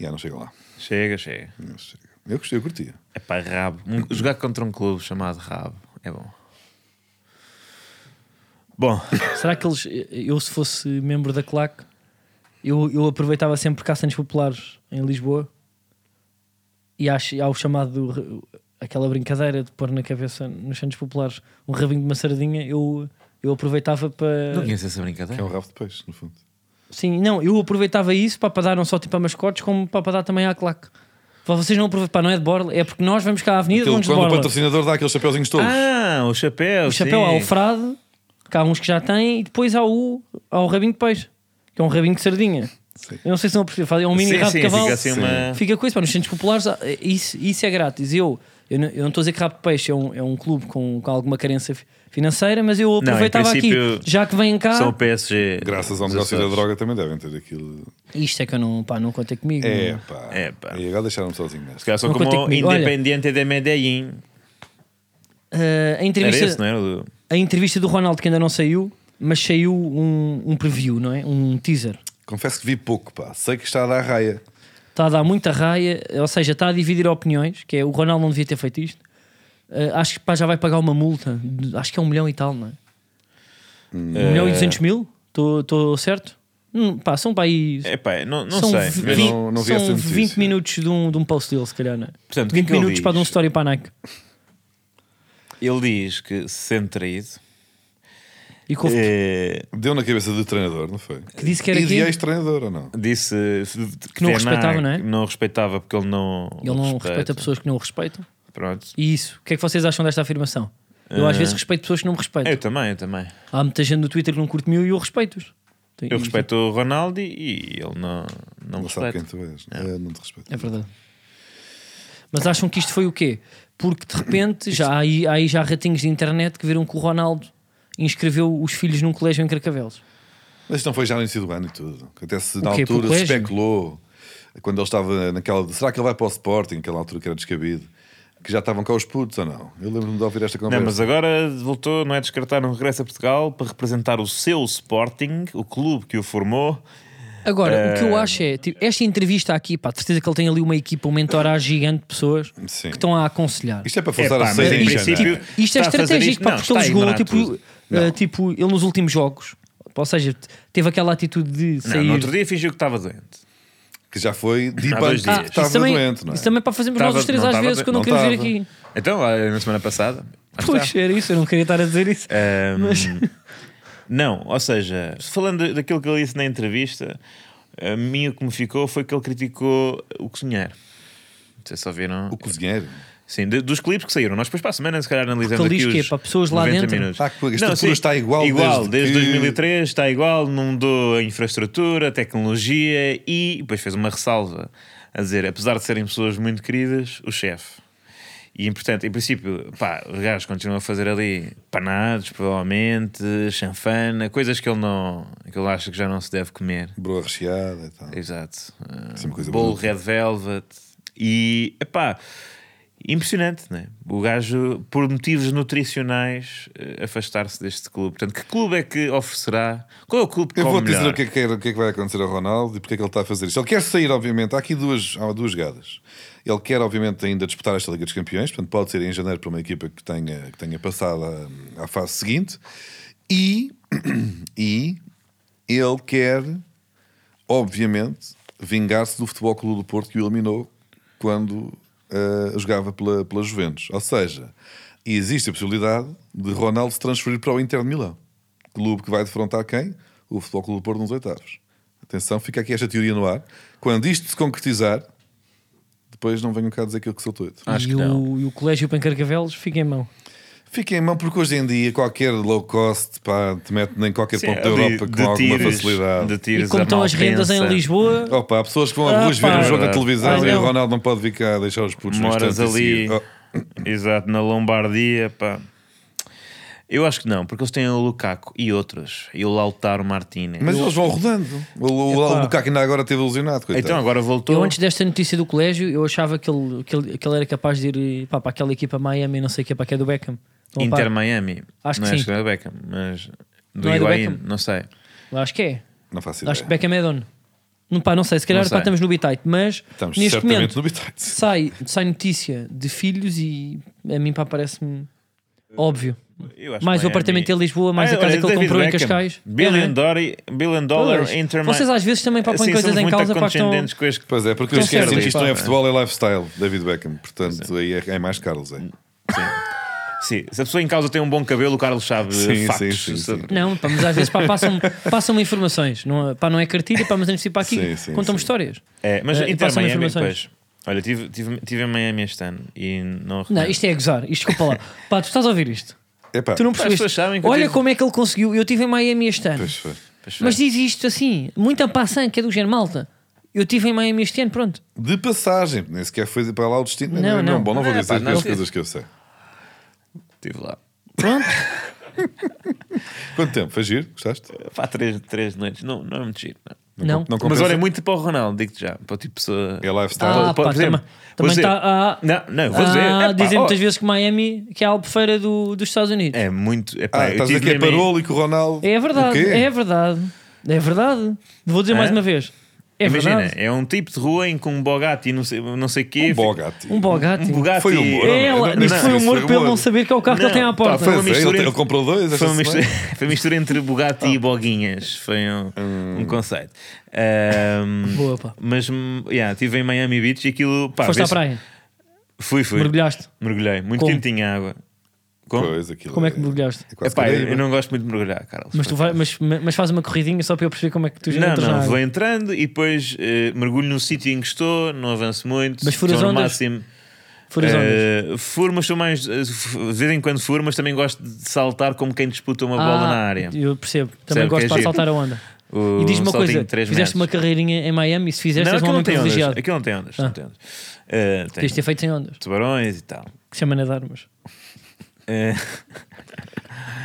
C: Já não chega lá.
B: Chega, chega.
C: Não chega. Eu gostei, eu curtia.
B: É pá, rabo. Um- jogar contra um clube chamado Rabo é bom. Bom,
A: Será que eles. Eu, se fosse membro da CLAC, eu, eu aproveitava sempre caçanos populares em Lisboa e há, há o chamado. r- aquela brincadeira de pôr na cabeça nos centros populares um rabinho de uma sardinha, eu, eu aproveitava para.
B: não conheço essa
C: É
B: brincadeira.
C: um rabo de peixe, no fundo.
A: Sim, não, eu aproveitava isso pá, para dar não só tipo a mascotes, como pá, para dar também à claque. Pá, Vocês não aproveitam, pá, não é de borla, é porque nós vamos cá à avenida,
B: Então,
C: Aquele,
A: vamos de
C: quando o
A: borla.
C: patrocinador dá aqueles chapeuzinhos todos.
B: Ah, o chapéu.
A: O chapéu
B: sim.
A: há o frade, que há uns que já têm, e depois há o, há o rabinho de peixe, que é um rabinho de sardinha. Eu não sei se não percebi, fazem um mini
B: Sim,
A: rabo
B: sim,
A: de cavalo.
B: fica assim uma-
A: Fica com isso, pá, nos centros populares há- isso, isso é grátis. Eu, eu não eu não estou a dizer que rabo de peixe é um, é um clube com, com alguma carência fi- financeira, mas eu
B: em
A: aproveitava aqui,
B: princípio,
A: já que vêm cá,
B: São o PSG.
C: Graças ao
B: dos
C: negócio da
B: Açores.
C: droga também devem ter aquilo.
A: isto é que eu não, pá, não contei comigo.
C: É
A: não.
C: pá.
B: É, pá.
C: E agora deixaram-me sozinho nesta.
B: Se calhar só
A: Não contei
B: como
A: comigo. Olha.
B: Independiente de Medellín.
A: Ah, a
B: Era
A: entrevista.
B: esse, não é? era? O do-
A: a entrevista do Ronaldo que ainda não saiu, mas saiu um, um preview, não é? Um teaser.
C: Confesso que vi pouco, pá. Sei que está a dar raia.
A: Está a dar muita raia, ou seja, está a dividir opiniões, que é o Ronaldo não devia ter feito isto. Ah, acho que pá, já vai pagar uma multa, de- acho que é um milhão e tal, não é?
B: Eh,
A: Um milhão e duzentos mil? Estou certo? Hum, pá, são para aí.
B: É pá, não, não
A: são
B: sei.
A: vi-
B: mas-
C: eu não- não vi
A: são
C: essa notícia.
A: 20 minutos de um, de um post dele, se calhar, não é?
B: Portanto, o que é
A: 20
B: que ele
A: minutos
B: diz?
A: para de um story para a Nike.
B: Ele diz que se sente traído.
A: E que, houve-
B: Eh,
C: Deu na cabeça do treinador, não foi?
A: que disse que era
C: e de
A: quê?
C: ex-treinador ou não?
B: disse eh, que
A: não
B: Ten Hag
A: respeitava, não é?
B: Não respeitava porque ele não.
A: Ele não respeita pessoas que não o respeitam.
B: Pronto.
A: E isso, o que é que vocês acham desta afirmação? Eu às vezes respeito pessoas que não me respeitam.
B: Eh, Eu também, eu também.
A: Há muita gente no Twitter que não curte mil e eu respeito-os. Tem-
B: Eu respeito o Ronaldo e ele não, não me
C: Não sabe
B: respeita.
C: quem tu és. É, não te respeito.
A: É verdade. Mas acham que isto foi o quê? Porque de repente já há aí, há aí já ratinhos de internet que viram que o Ronaldo inscreveu os filhos num colégio em Carcavelos.
C: Mas isto não foi já no início do ano e tudo. Que Até se
A: O
C: na
A: quê? Para o
C: altura se
A: colégio?
C: especulou, quando ele estava naquela. de, Será que ele vai para o Sporting, aquela altura que era descabido? Que já estavam cá os putos ou não? Eu lembro-me de ouvir esta
B: Não,
C: conversa.
B: mas agora voltou, não é descartar um regresso a Portugal para representar o seu Sporting, o clube que o formou.
A: Agora, o
C: Eh,
A: que eu acho é, tipo, esta entrevista aqui, pá, de certeza que ele tem ali uma equipa, uma entouragem gigante de pessoas
C: Sim.
A: que estão a aconselhar.
C: Isto é para forçar
B: Epá,
C: a
B: mas
C: saída
B: em
C: em
B: princípio-
C: janeiro.
A: Isto é
B: Está a fazer
A: estratégico,
B: isto?
A: pá,
B: Não,
A: porque
B: está
A: ele
B: a
A: jogou
B: ignorar
A: tipo,
B: tudo.
A: eh, tipo, ele nos últimos jogos, ou seja, teve aquela atitude de
B: Não,
A: sair.
B: no outro dia fingiu que estava doente.
C: que já foi de
B: Há
C: banco
B: dois
C: que
B: dias. Ah,
C: estava
A: isso, também,
C: doente, não é?
A: isso também para fazermos nós
B: Tava-
A: os três
B: não
A: às
B: tava-
A: vezes quando não
C: não
A: queremos vir
C: tava.
A: aqui.
B: Então, lá, na semana passada. lá está.
A: Pois, era isso, eu não queria estar a dizer isso.
B: Ahm,
A: Mas-
B: Não, ou seja, falando daquilo que ele disse na entrevista, a minha que me ficou foi que ele criticou o cozinhar. Não sei se ouviram.
C: O cozinheiro.
B: Sim, de- dos clipes que saíram. Nós depois para a semana, se calhar, analisamos
A: Aquele
B: aqui
A: diz que é
B: os
A: para pessoas lá
B: 90
A: dentro.
B: Minutos.
C: Ah, que a estrutura está igual
B: Igual,
C: desde
B: desde,
C: que-
B: 2003 está igual, não mudou a infraestrutura, a tecnologia e depois fez uma ressalva a dizer, apesar de serem pessoas muito queridas, o chefe. E, portanto, em princípio, pá, os gajos continuam a fazer ali panados, provavelmente, chanfana, coisas que ele não... que ele acha que já não se deve comer.
C: Broa recheada e tal.
B: Exato. Ah,
C: Sempre é coisa
B: Bolo
C: boa.
B: Red Velvet. E, epá, impressionante, né? O gajo, por motivos nutricionais, eh, afastar-se deste clube. Portanto, que clube é que oferecerá? Qual é o clube que
C: Eu
B: come
C: vou te dizer
B: melhor?
C: o que, é que é- o que é que vai acontecer ao Ronaldo e porque é que ele está a fazer isto. Ele quer sair, obviamente, há aqui duas, há duas gadas. Ele quer, obviamente, ainda disputar esta Liga dos Campeões, portanto, pode ser em janeiro para uma equipa que tenha, que tenha passado à- à, fase seguinte. E, e ele quer, obviamente, vingar-se do Futebol Clube do Porto que o eliminou quando ah, jogava pela, pela Juventus. Ou seja, existe a possibilidade de Ronaldo se transferir para o Inter de Milão. Clube que vai defrontar quem? O Futebol Clube do Porto nos oitavos. Atenção, fica aqui esta teoria no ar. Quando isto se concretizar, depois não venham cá dizer aquilo que sou doido.
B: Acho
A: e,
B: que
A: o,
B: não.
A: e o Colégio Pancarcavelos fica em mão.
C: Fiquem em mão, porque hoje em dia qualquer low cost pá, te mete em qualquer
B: Sim,
C: ponto da
B: ali
C: é Europa com
B: de
C: alguma
B: tiros-
C: facilidade.
B: de
A: E
B: tiros
A: como
B: à
A: estão as rendas em
B: Malpensa,
A: Lisboa,
C: Opa, há pessoas que vão à
A: Ah,
C: luz
A: pá.
C: ver um jogo na
B: Ah,
C: televisão
A: não.
C: e o Ronaldo não pode vir cá deixar os putos no
B: Moras
C: instante e
B: ali,
C: seguir. Oh,
B: exato, na Lombardia, pá. Eu acho que não, porque eles têm o Lukaku e outros, e o Lautaro Martinez.
C: Mas eles vão rodando. O, o, o
A: Epá.
C: Lukaku ainda agora teve ilusionado. Coitado.
B: então agora voltou.
A: eu antes desta notícia do colégio, eu achava que ele, que ele, que ele era capaz de ir pá, para aquela equipa Miami, não sei o que, para que é do Beckham. Estão a
B: Inter
A: par?
B: Miami.
A: Acho
B: não
A: que
B: é,
A: sim.
B: não é do Beckham, mas do
A: Não é do
B: Higuaín,
A: Beckham?
B: não sei.
A: Acho que é.
C: não faço ideia.
A: Acho que Beckham é dono. Não, pá, não sei, se calhar
B: Não
A: pá,
B: sei.
A: estamos no bitite, mas
C: Estamos
A: neste
C: certamente
A: momento
C: no Bitite.
A: sai, sai notícia de filhos e a mim pá, parece-me óbvio.
B: Eu acho
A: Mais o
B: Miami-
A: apartamento em Lisboa, mais
B: Ah,
A: a casa
B: olha,
A: que ele
B: David
A: comprou em
B: Beckham.
A: Cascais.
B: Billion,
A: É, né?
B: dollar, billion dollar
A: Pois.
B: Inter
A: Vocês às vezes também pá, põem
B: Assim,
A: coisas
B: somos
A: em
B: muito
A: causa para estão...
B: condescendentes com este-
C: Pois é, porque eu
A: Estão
C: esqueci que
A: certos,
C: isto não é
A: pá.
C: futebol, é lifestyle, David Beckham. Portanto, aí é, é mais Carlos. É.
B: Sim, se a pessoa em causa tem um bom cabelo, o Carlos sabe eh,
C: Sim,
B: factos.
C: sim, sim,
B: sobre-
A: Não, pá, mas às vezes pá, passam, passam informações. Não, pá, não é cartilha, pá, mas antecipa aqui.
C: Sim, sim,
A: Contam-me
C: sim.
A: histórias.
B: É, mas
A: Eh,
B: Inter
A: passam
B: Miami,
A: informações.
B: pois. Olha, estive tive, tive em Miami este ano e não.
A: Não,
B: recomendo.
A: isto é a gozar. Isto, desculpa lá. Pá, tu estás a ouvir isto?
C: Epá,
A: Tu não
B: pessoas
A: percebeste.
B: sabem que eu
A: Olha
B: tive-
A: como é que ele conseguiu. Eu estive em Miami este ano.
C: pois foi.
B: Pois
A: Mas
B: foi.
A: diz isto assim, muito a passando, que é do género malta. Eu estive em Miami este ano, pronto.
C: De passagem, nem sequer foi para lá o destino.
A: Não,
C: Não, não,
A: não.
C: bom, não vou
B: Não,
C: dizer
B: pá, não.
C: as coisas que eu sei.
B: estive lá.
A: Pronto.
C: Quanto tempo? Foi giro? Gostaste?
B: Pá, três, três noites. Não, não é muito giro. não.
A: Não.
C: Não
B: Mas
C: compensa?
B: olha, é muito para o Ronaldo, digo-te já. Para o tipo de pessoa.
C: É lifestyle.
A: Ah,
B: Pode- pode
A: pá,
B: dizer.
A: também-
B: Vou
A: também
B: dizer.
A: está. Ah,
B: Não, não, vou dizer.
A: ah,
B: Epá,
A: dizem
B: ó,
A: muitas vezes que Miami que é a albufeira do, dos Estados Unidos. É,
B: É muito. Epá,
C: Ah,
B: eu
C: estás a
B: tive
C: dizer que é
B: mesmo aí-
C: Parolo e que o Ronaldo. O
A: verdade,
C: quê? Um
A: é verdade. É verdade. Vou dizer
B: Hã?
A: mais uma vez. É
B: Imagina,
A: verdade.
B: é um tipo de rua em que um Bogatti não sei, não sei quê.
C: Um Bogatti.
A: Um Bogatti.
B: Um Bugatti.
C: Foi humor. Eu
A: É,
C: não-
A: ela,
C: eu não-
A: isto foi
C: isso
A: humor
C: foi
A: pelo
C: humor.
A: não saber que é o carro que
B: um Não,
A: ele tem à
B: pá,
A: porta.
B: foi
C: Pois é,
B: uma
C: ele-
B: mistura
C: ele,
B: entre-
C: comprou dois. esta
B: Foi uma, mistura,
C: semana. Ah.
B: foi uma mistura entre Bugatti e Boguinhas. Foi um,
C: Hum.
B: um conceito. Ahm,
A: Boa, pá.
B: Mas hum, yeah, estive em Miami Beach e aquilo. um- Pá,
A: Foste à
B: vê-se-
A: praia,
B: Fui, fui.
A: mergulhaste.
B: Mergulhei. Muito
A: Como?
B: quentinha a água. Como?
C: Pois, aquilo
A: Como é que mergulhaste?
C: é quase
B: Epá, eu,
C: Caraíba.
B: eu não gosto muito de mergulhar, Carlos.
A: Mas, tu vai, mas, mas faz uma corridinha só para eu perceber como é que tu já
B: Não,
A: entras na
B: não,
A: água.
B: vou entrando e depois eh, mergulho no sítio em que estou, não avanço muito.
A: Mas furas
B: estou no
A: ondas?
B: máximo.
A: Foram as ondas.
B: Eh, furo, mas sou mais. eh, f- De vez em quando furo, mas também gosto de saltar como quem disputa uma bola
A: Ah,
B: na área.
A: Eu percebo.
B: Percebe
A: Também
B: que é
A: gosto para
B: giro.
A: saltar a onda.
B: O-
A: E diz-me
B: um
A: uma
B: saltinho
A: coisa:
B: de três
A: fizeste uma
B: metros.
A: carreirinha em Miami e se fizeste
B: Não,
A: és um
B: aquilo
A: homem
B: não tem ondas.
A: privilegiado.
B: Aquilo não tem ondas. Não
A: Ah.
B: tem ondas. Eh, tem
A: Podias ter feito sem ondas,
B: tubarões e tal.
A: que se chama nadar, mas.
B: Eh,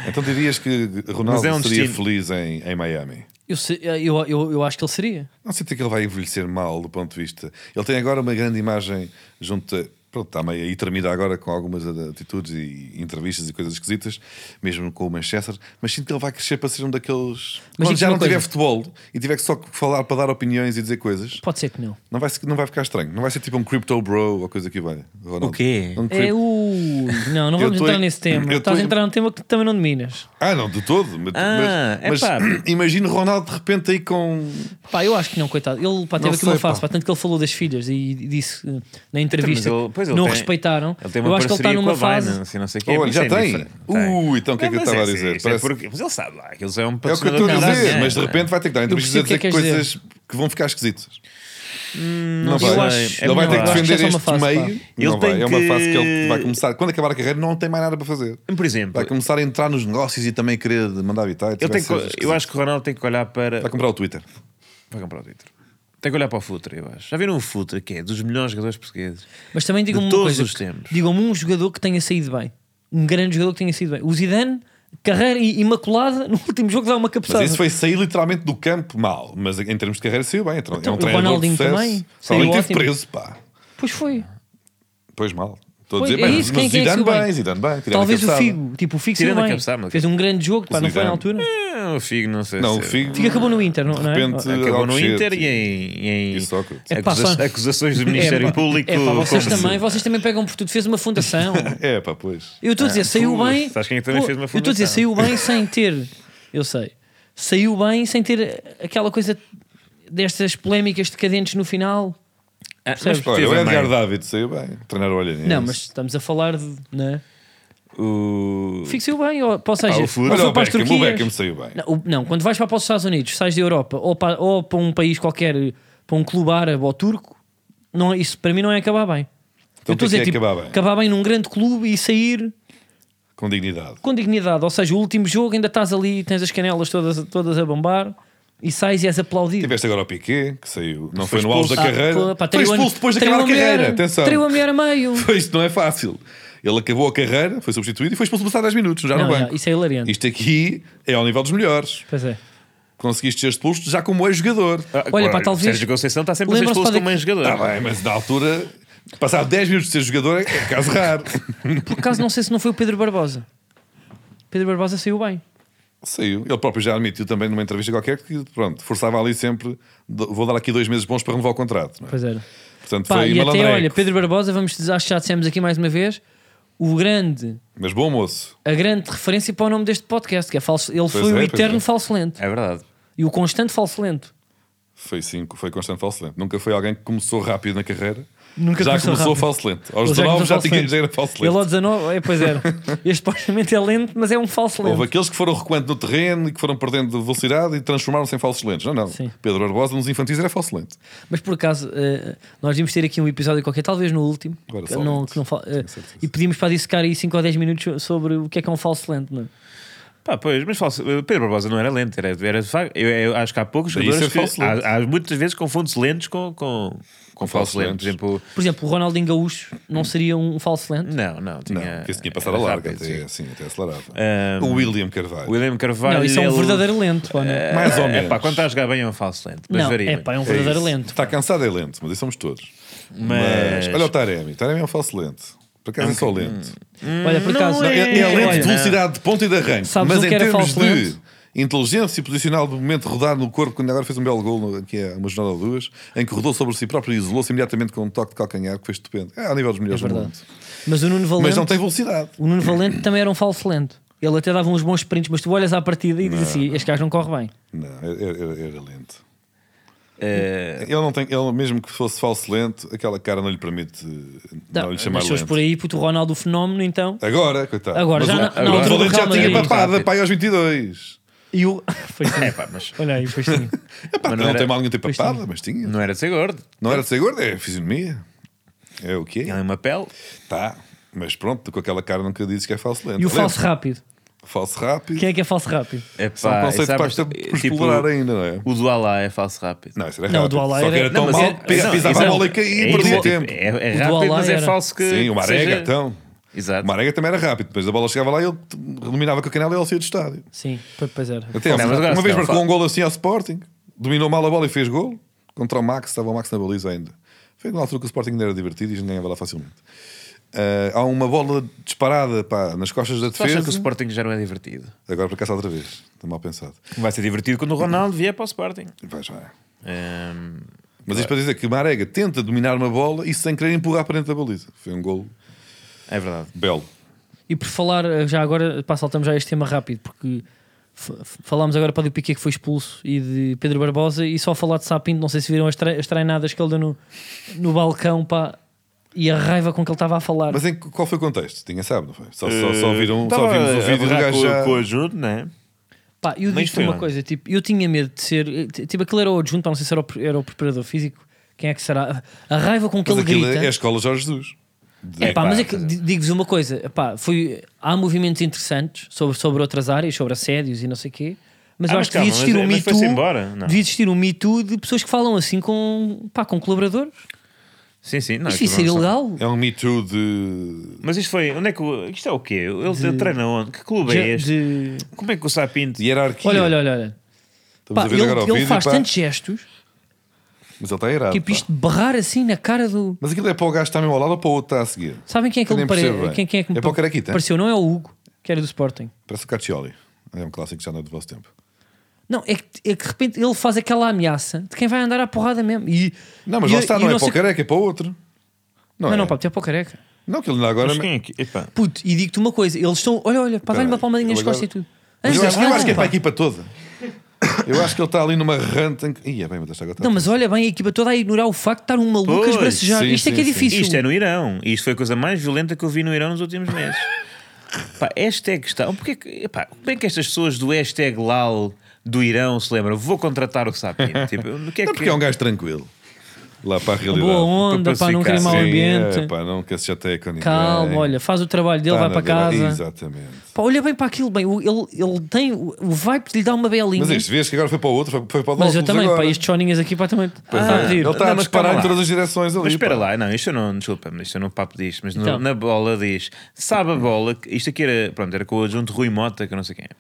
C: Então dirias que
B: Mas
C: Ronaldo
B: é um
C: seria
B: destino.
C: feliz em, em Miami?
A: Eu, sei- eu, eu, eu acho que ele seria.
C: Não sinto que ele vai envelhecer mal do ponto de vista. Ele tem agora uma grande imagem junto a pronto, está meio aí tremida agora com algumas atitudes e entrevistas e coisas esquisitas, mesmo com o Manchester, mas sinto que ele vai crescer para ser um daqueles. Quando
A: Mas digo-te
C: já
A: uma
C: não tiver
A: coisa.
C: futebol e tiver que só falar para dar opiniões e dizer coisas,
A: Pode ser que não.
C: não vai, ser- não vai ficar estranho. Não vai ser tipo um Crypto Bro ou coisa que vai.
B: O quê?
C: Um
A: É
C: crypt-
A: o. Não, não
C: Eu
A: vamos
C: tô
A: entrar
C: em-
A: nesse tema.
C: eu
A: Estás
C: tô
A: a
C: em-
A: entrar num tema que também não dominas.
C: Ah, não, de todo. Mas,
B: Ah,
C: mas,
B: epá.
C: mas imagino Ronaldo de repente aí com.
A: Pá, eu acho que não, coitado. Ele pá, teve
C: Não
A: aqui uma
C: sei,
A: fase,
C: pá.
A: pá, tanto que ele falou das filhas e e disse eh, na entrevista
B: Então, ele- pois
A: que
B: ele
A: não
B: tem-
A: respeitaram.
B: Ele tem uma
A: Eu acho que ele está
B: parceria
A: numa
B: com a
A: fase.
B: Binance, e não sei o quê,
C: Oh, Olha,
B: mas
C: já
B: isso é
C: tem.
B: diferente.
C: Ui, então o que é que eu
B: mas
C: estava a
B: isso-
C: dizer?
B: isso é
C: Parece-
B: porque- mas ele sabe lá, que eles é um
C: É o que eu estou a
A: Não,
C: dizer,
A: não,
C: mas de
A: não.
C: repente vai ter que dar entrevistas a dizer
A: Eu percebo o que é que queres
C: coisas que vão ficar esquisitas. não
A: Eu
C: vai.
A: acho-
C: ele vai
A: não,
C: ter
A: eu
C: que
A: acho que
C: defender
A: é só uma
C: este
A: fase, pá.
C: meio.
B: Ele
C: não vai.
B: tem
C: É uma
B: que-
C: fase que ele vai começar. Quando acabar a carreira, não tem mais nada para fazer.
B: Por exemplo,
C: Vai um começar a entrar nos negócios e também querer mandar habitar.
B: eu, tenho que- eu acho que o Ronaldo tem que olhar para.
C: Vai comprar o Twitter.
B: Vai comprar o Twitter. Tem que olhar para o Futre, eu acho. Já viram o Futre, que é dos melhores jogadores portugueses.
A: Mas também digam-me uma
B: todos
A: coisa.
B: os tempos.
A: Digam-me um jogador que tenha saído bem. Um grande jogador que tenha saído bem. O Zidane, carreira i- imaculada, no último jogo dá uma
C: Mas
A: cabeçada.
C: isso foi sair literalmente do campo mal. Mas em termos de carreira saiu bem. Então, é
A: Então,
C: um
A: o
C: treinador de
A: Ronaldinho
C: sucesso.
A: também saiu
C: Ronaldinho esteve
A: ótimo.
C: preso, pá.
A: Pois foi.
C: Pois mal. Estou a
A: Pois,
C: dizer
A: é
C: bem.
A: isso, quem-
C: Mas
A: quem é que
C: Zidane
A: saiu bem?
C: bem, Zidane bem. tirando a
A: Talvez o
C: cabeçada.
A: Figo. Tipo, o Figo saiu
B: Tirando a
A: bem.
B: cabeçada, mas- é.
A: Fez um grande jogo, pá, não foi na
C: Zidane.
A: altura.
B: Ah, o Figo, não sei
C: Não,
B: se.
C: o Figo.
A: Figo acabou no Inter, não,
C: De
A: não é?
C: repente,
B: Acabou no
C: Alcochete.
B: Inter e em, e em
C: E Sócrates.
A: É pá,
B: acusa-
A: só-
B: acusações do Ministério
A: pá.
B: Público.
A: É, pá, vocês
B: como se-
A: também, vocês também pegam por tudo. Fez uma fundação.
C: É, pá, pois.
A: Eu estou a dizer, saiu
B: tu,
A: bem.
B: sabes quem é que também fez uma
A: Eu estou a dizer,
B: fundação?
A: saiu bem sem ter. Eu sei. Saiu bem sem ter aquela coisa destas polémicas decadentes no final.
B: Ah, mas
A: Percebes?
C: Olha,
B: teve
C: o
B: a
C: Edgar
B: mãe.
C: David saiu bem. Treinar o Olhanense.
A: Não, mas estamos a falar de. Não é?
B: O-
A: Fico saiu bem, ou, ou seja,
B: Ah, o
A: ou
B: Furo.
A: foi
C: Olha, o
A: para as
C: Beckham, o
A: Turquias.
C: Beckham saiu bem.
A: Não, o- não, quando vais para para os Estados Unidos, sais da Europa ou para, ou para um país qualquer, para um clube árabe ou turco, não, isso para mim não é acabar bem.
C: Então,
A: eu estou a
C: o que é
A: dizer,
C: que é
A: tipo,
C: acabar bem?
A: num grande clube e sair
C: Com dignidade.
A: com dignidade. Ou seja, o último jogo ainda estás ali, tens as canelas todas, todas a bombar e sais e és aplaudido.
C: Tiveste agora o Piqué, que saiu, não
B: Foi
C: foi, no auge da
A: Ah,
C: carreira.
A: pô, pá,
C: foi
A: traiu a-
C: expulso depois de
A: traiu
C: acabar a
A: mulher,
C: carreira. Atenção.
A: Traiu a mulher a meio.
C: Foi isto, não é fácil. Ele acabou a carreira, foi substituído e foi expulso passar 10 minutos, já
A: Não,
C: no
A: já,
C: banco.
A: isso é hilariante.
C: Isto aqui é ao nível dos melhores.
A: Pois é.
C: Conseguiste ser expulso já como ex-jogador.
B: Ah, agora,
A: pá, talvez- é
B: Sérgio Conceição está sempre a ser
A: Lembram-se
B: expulso
A: para-
B: como ex-jogador.
C: Está Tá bem, mas na altura, passar 10 minutos de ser jogador é é caso raro.
A: Por acaso não sei se não foi o Pedro Barbosa. Pedro Barbosa saiu bem.
C: Saiu. Ele próprio já admitiu também numa entrevista qualquer que, pronto, forçava ali sempre, "Do- vou dar aqui dois meses bons para renovar o contrato. não é?
A: Pois era.
C: Portanto,
A: Pá,
C: foi
A: e até
C: malandreco.
A: olha, Pedro Barbosa, vamos dizer, acho que já dissemos aqui mais uma vez, o grande,
C: Mas bom moço.
A: a grande referência para o nome deste podcast, que é falso, ele foi
C: é,
A: o
C: pois
A: eterno
C: é.
A: falso lento
B: É verdade.
A: e o constante falso lento.
C: Foi sim, foi constante falso lento. Nunca foi alguém que começou rápido na carreira.
A: Nunca
C: já
A: começou
C: começou
A: rápido.
C: falso lento. Aos 19
A: Ele
C: já, tinha,
A: começou falso
C: já era
A: lento.
C: falso
A: Ele
C: lento.
A: aos 19, é, pois era. este supostamente é lento, mas é um falso lento.
C: Houve aqueles que foram recuando no terreno e que foram perdendo velocidade e transformaram-se em falsos lentos. Não, não.
A: Sim.
C: Pedro Barbosa nos infantis era falso lento.
A: Mas por acaso, eh, nós íamos ter aqui um episódio qualquer, talvez no último,
C: Agora
A: que
C: só
A: não,
C: lento.
A: que não fal- eh,
C: certeza.
A: e pedimos para dissecar aí 5 ou 10 minutos so- sobre o que é que é um falso lento, não é?
B: Pá, pois, mas falso, Pedro Barbosa não era lento, era, era de facto- eu, eu acho que há poucos
C: Daí
B: jogadores
C: ser
B: que
C: é falso lento.
B: há, há muitas vezes confunde-se lentos com, com, com falso
C: falso
B: lento.
C: lentos.
B: Por exemplo,
A: Por exemplo, o Ronaldinho Gaúcho não seria um falso lento?
B: não, não,
C: Não,
B: tinha.
C: porque isso tinha passado a
B: era
C: larga,
B: rápido,
C: até,
B: sim.
C: assim, até acelerava.
B: Ahm,
C: o William Carvalho.
B: William Carvalho.
A: não, isso é um
B: ele-
A: verdadeiro lento, pá, não é?
C: Mais ou menos.
B: É pá, quando está a jogar bem é um falso lento. Mas
A: Não,
B: varia.
A: é pá, é um
C: É
A: verdadeiro
C: isso.
A: lento.
C: Está cansado é lento, mas isso somos todos.
B: Mas-
C: Mas...
B: Eh,
C: Olha o Taremi. Taremi é um falso lento. Por acaso é,
B: um
C: só lento.
A: Olha, por
B: Não
A: acaso.
B: é-
C: É, é
B: Olha,
C: lento de
B: não.
C: velocidade de ponta e de arranque.
A: Sabes
C: mas
A: o que
C: em
A: era
C: termos
A: falso
C: de
A: lento?
C: inteligência posicional do momento de rodar no corpo, quando agora fez um belo gol, no- que é uma jornada ou duas, em que rodou sobre si próprio e isolou-se imediatamente com um toque de calcanhar que foi estupendo. É ao nível dos melhores do
A: verdade.
C: mundo.
A: Mas o Nuno Valente.
C: Mas não tem velocidade.
A: O Nuno Valente também era um falso lento. Ele até dava uns bons sprints, mas tu olhas à partida e dizes assim: este gajo não corre bem.
C: Não, é, era, era- era lento.
B: Eh,
C: Ele não tem, ele mesmo que fosse falso lento, aquela cara não lhe permite eh, não, lhe
A: mas
C: chamar
A: se fores
C: lento.
A: por aí, puto o Ronaldo o fenómeno, então.
C: Agora, coitado.
A: Agora,
C: Mas
A: já
C: o-
A: na-
C: o
A: na
C: Nuno
A: altura do
C: Valente já
A: Real
C: tinha
A: Madrid.
C: papada, pai aos 22.
A: E o. Foi assim.
B: é pá, mas
A: Olha aí, foi assim.
C: Epá,
B: Mas
C: não,
B: não era-
C: tem mal nenhum ter papada, mas tinha.
B: não era de ser gordo.
C: Não era de ser gordo, é fisionomia. É o quê?
B: Ele é uma pele.
C: Tá, mas pronto, com aquela cara nunca dizes que é falso lento.
A: E o
C: Lembra?
A: falso rápido.
C: Falso rápido.
A: Quem é que é falso rápido?
B: É
C: São
B: pá,
C: conceitos
B: sabes,
C: para esta-
B: eh,
C: por explorar ainda, não é?
B: O do Alá é falso rápido.
C: Não, isso era
A: Não,
C: rápido.
A: o do Alá
C: Só que
A: era-
C: era tão
A: Não, mas
C: mal,
A: é-
C: pega-
A: não,
C: pisava
A: isso
C: a
A: é-
C: bola e caía,
B: É
C: perdia
B: isso,
C: tempo.
B: É, é
A: O do
B: rápido,
A: Alá
B: mas é
A: era.
B: falso que.
C: Sim, o Marega
B: seja-
C: então.
B: Exato.
C: O Marega também era rápido, depois a bola chegava lá e ele dominava com a canela e ele saía do estádio.
A: Sim, foi- pois era.
C: Até assim,
B: Não, mas agora
C: uma vez
B: não,
C: marcou
B: fala.
C: um gol assim ao Sporting, dominou mal a bola e fez gol contra o Max, estava o Max na baliza ainda. Foi na altura que o Sporting ainda era divertido e a gente ganhava lá facilmente. Ah, há uma bola disparada pá, nas costas da
B: Tu achas que o
A: um
C: defesa.
B: Sporting já não é divertido?
C: Agora para casa outra vez. Está mal pensado.
B: Vai ser divertido quando o Ronaldo vier para o Sporting.
C: Vai já.
B: Ehm,
C: Mas isto para dizer que o Marega tenta dominar uma bola e sem querer empurrar para dentro da baliza. Foi um gol
B: é verdade.
C: belo.
A: E por falar, eh, já agora, pá, saltamos já este tema rápido, porque f- f- falámos agora para do Piquet que foi expulso e de Pedro Barbosa, e só falar de Sapinto, não sei se viram as, tre- as treinadas que ele deu no, no balcão, pá, e a raiva com que ele estava a falar.
C: Mas em que- qual foi o contexto? Ninguém sabe, não foi? Só, só, só viram, só
B: Estava
C: vimos o
B: Eh, a
C: vídeo do
B: berrar
C: gajo
B: com,
C: já-
B: com o ajudo, né?
A: Pá, eu
B: Mas
A: digo-te
B: foi
A: uma
B: onde?
A: coisa, tipo, eu tinha medo de ser, t- tipo, aquele era o adjunto, pá, não sei se era o, pre- era o preparador físico, quem é que será? A raiva com que
C: Mas
A: ele
C: aquilo
A: grita.
C: é a escola Jorge Jesus. De-
A: É pá, mas é
B: quer
A: que
B: dizer-
A: di- digo-vos uma coisa: pá, foi, há movimentos interessantes sobre, sobre outras áreas, sobre assédios e não sei o quê, mas
B: Ah,
A: eu
B: mas
A: acho
B: calma,
A: que devia existir
B: mas-
A: um
B: mas
A: mito.
B: foi-se embora? Não.
A: Devia existir um mito de pessoas que falam assim com, pá, com colaboradores.
B: Sim, sim. Não,
A: Isto ia
B: aquilo
A: ser
B: não sabe.
A: ilegal.
C: É um Me Too de.
B: Mas isto foi. Onde é que. o- Isto é o quê? Ele treina onde? Que clube é
A: De-
B: este?
A: de-
B: Como é que o Sapinto.
C: de hierarquia.
A: Olha, olha, olha. olha.
C: é? Estamos
A: Pá,
C: a ver
A: ele
C: agora o
A: ele
C: vídeo,
A: faz
C: pá.
A: tantos gestos,
C: Mas ele está irado.
A: tipo
C: pá.
A: isto de barrar assim na cara do.
C: Mas aquilo é para o gajo que está mesmo ao lado ou para o outro que está a seguir?
A: Sabem quem é que
C: Eu nem
A: ele me pare...
C: percebo bem.
A: quem, quem é que me
C: É para o Caraquita.
A: pareceu? Não é o Hugo, que era do Sporting.
C: Parece o Caccioli. É um clássico já não é do vosso tempo.
A: Não, é que, é que de repente ele faz aquela ameaça de quem vai andar à porrada mesmo. E,
C: Não, mas
A: e,
C: lá está,
A: e
C: não é
A: eu
C: para
A: sei
C: o careca, é para o outro. Não,
A: Não,
C: é.
A: não, pá, até para o careca.
C: Não, que ele ainda agora.
B: Mas quem é que. Epá.
A: Puto, e digo-te uma coisa, eles estão. Olha, olha, pá,
C: Peraí,
A: dá-lhe uma palmadinha nas
C: ele agora-
A: costas e tudo.
C: Mas eu
A: Anda,
C: acho, eu
A: anda,
C: acho que é
A: pá.
C: para a equipa toda. Eu acho que ele está ali numa ranta. em que- Ih, é bem, mas esta agora está.
A: Não, mas olha bem, a equipa toda a ignorar o facto de estar um maluco a
B: Pois,
A: esbracejar.
C: sim,
A: Isto é que é
C: sim, sim.
A: difícil.
B: Isto é no Irão. Isto foi a coisa mais violenta que eu vi no Irão nos últimos meses. Pá, esta é a questão. Porque, é que- epá, como é que estas pessoas do hashtag LAL do Irão se lembram? Vou contratar o Sapinto. Tipo, o que é
C: Não,
B: que
C: porque é um gajo tranquilo. Lá para a realidade.
A: Boa onda,
B: para
A: pá, não querer
B: pacificar,
A: mau
C: Sim,
A: ambiente.
C: é, pá, não quer se chateia com ninguém.
A: Calma, olha, faz o trabalho dele,
C: Está
A: vai para
C: na dele.
A: casa.
C: Exatamente.
A: Pá, olha bem para aquilo, bem, o- ele, ele tem o o vibe de lhe dar uma belinha.
C: Mas
A: Mas,
C: este, vês que agora foi para o outro, foi, foi para o
A: eu
C: Dolphins
A: também,
C: agora.
A: pá, estes choninhas aqui, pá, também.
B: é.
A: a pedir.
C: Ele está
B: Não,
C: a
B: mas
C: disparar
B: calma
C: em
B: lá.
C: todas as direções ali.
B: Mas espera
C: pá.
B: lá, não, isto eu não, desculpa, mas isto eu não papo disto, mas no-
A: Então.
B: na bola diz, sabe a bola, que- isto aqui era, pronto, era com o adjunto Rui Mota, que eu não sei quem é.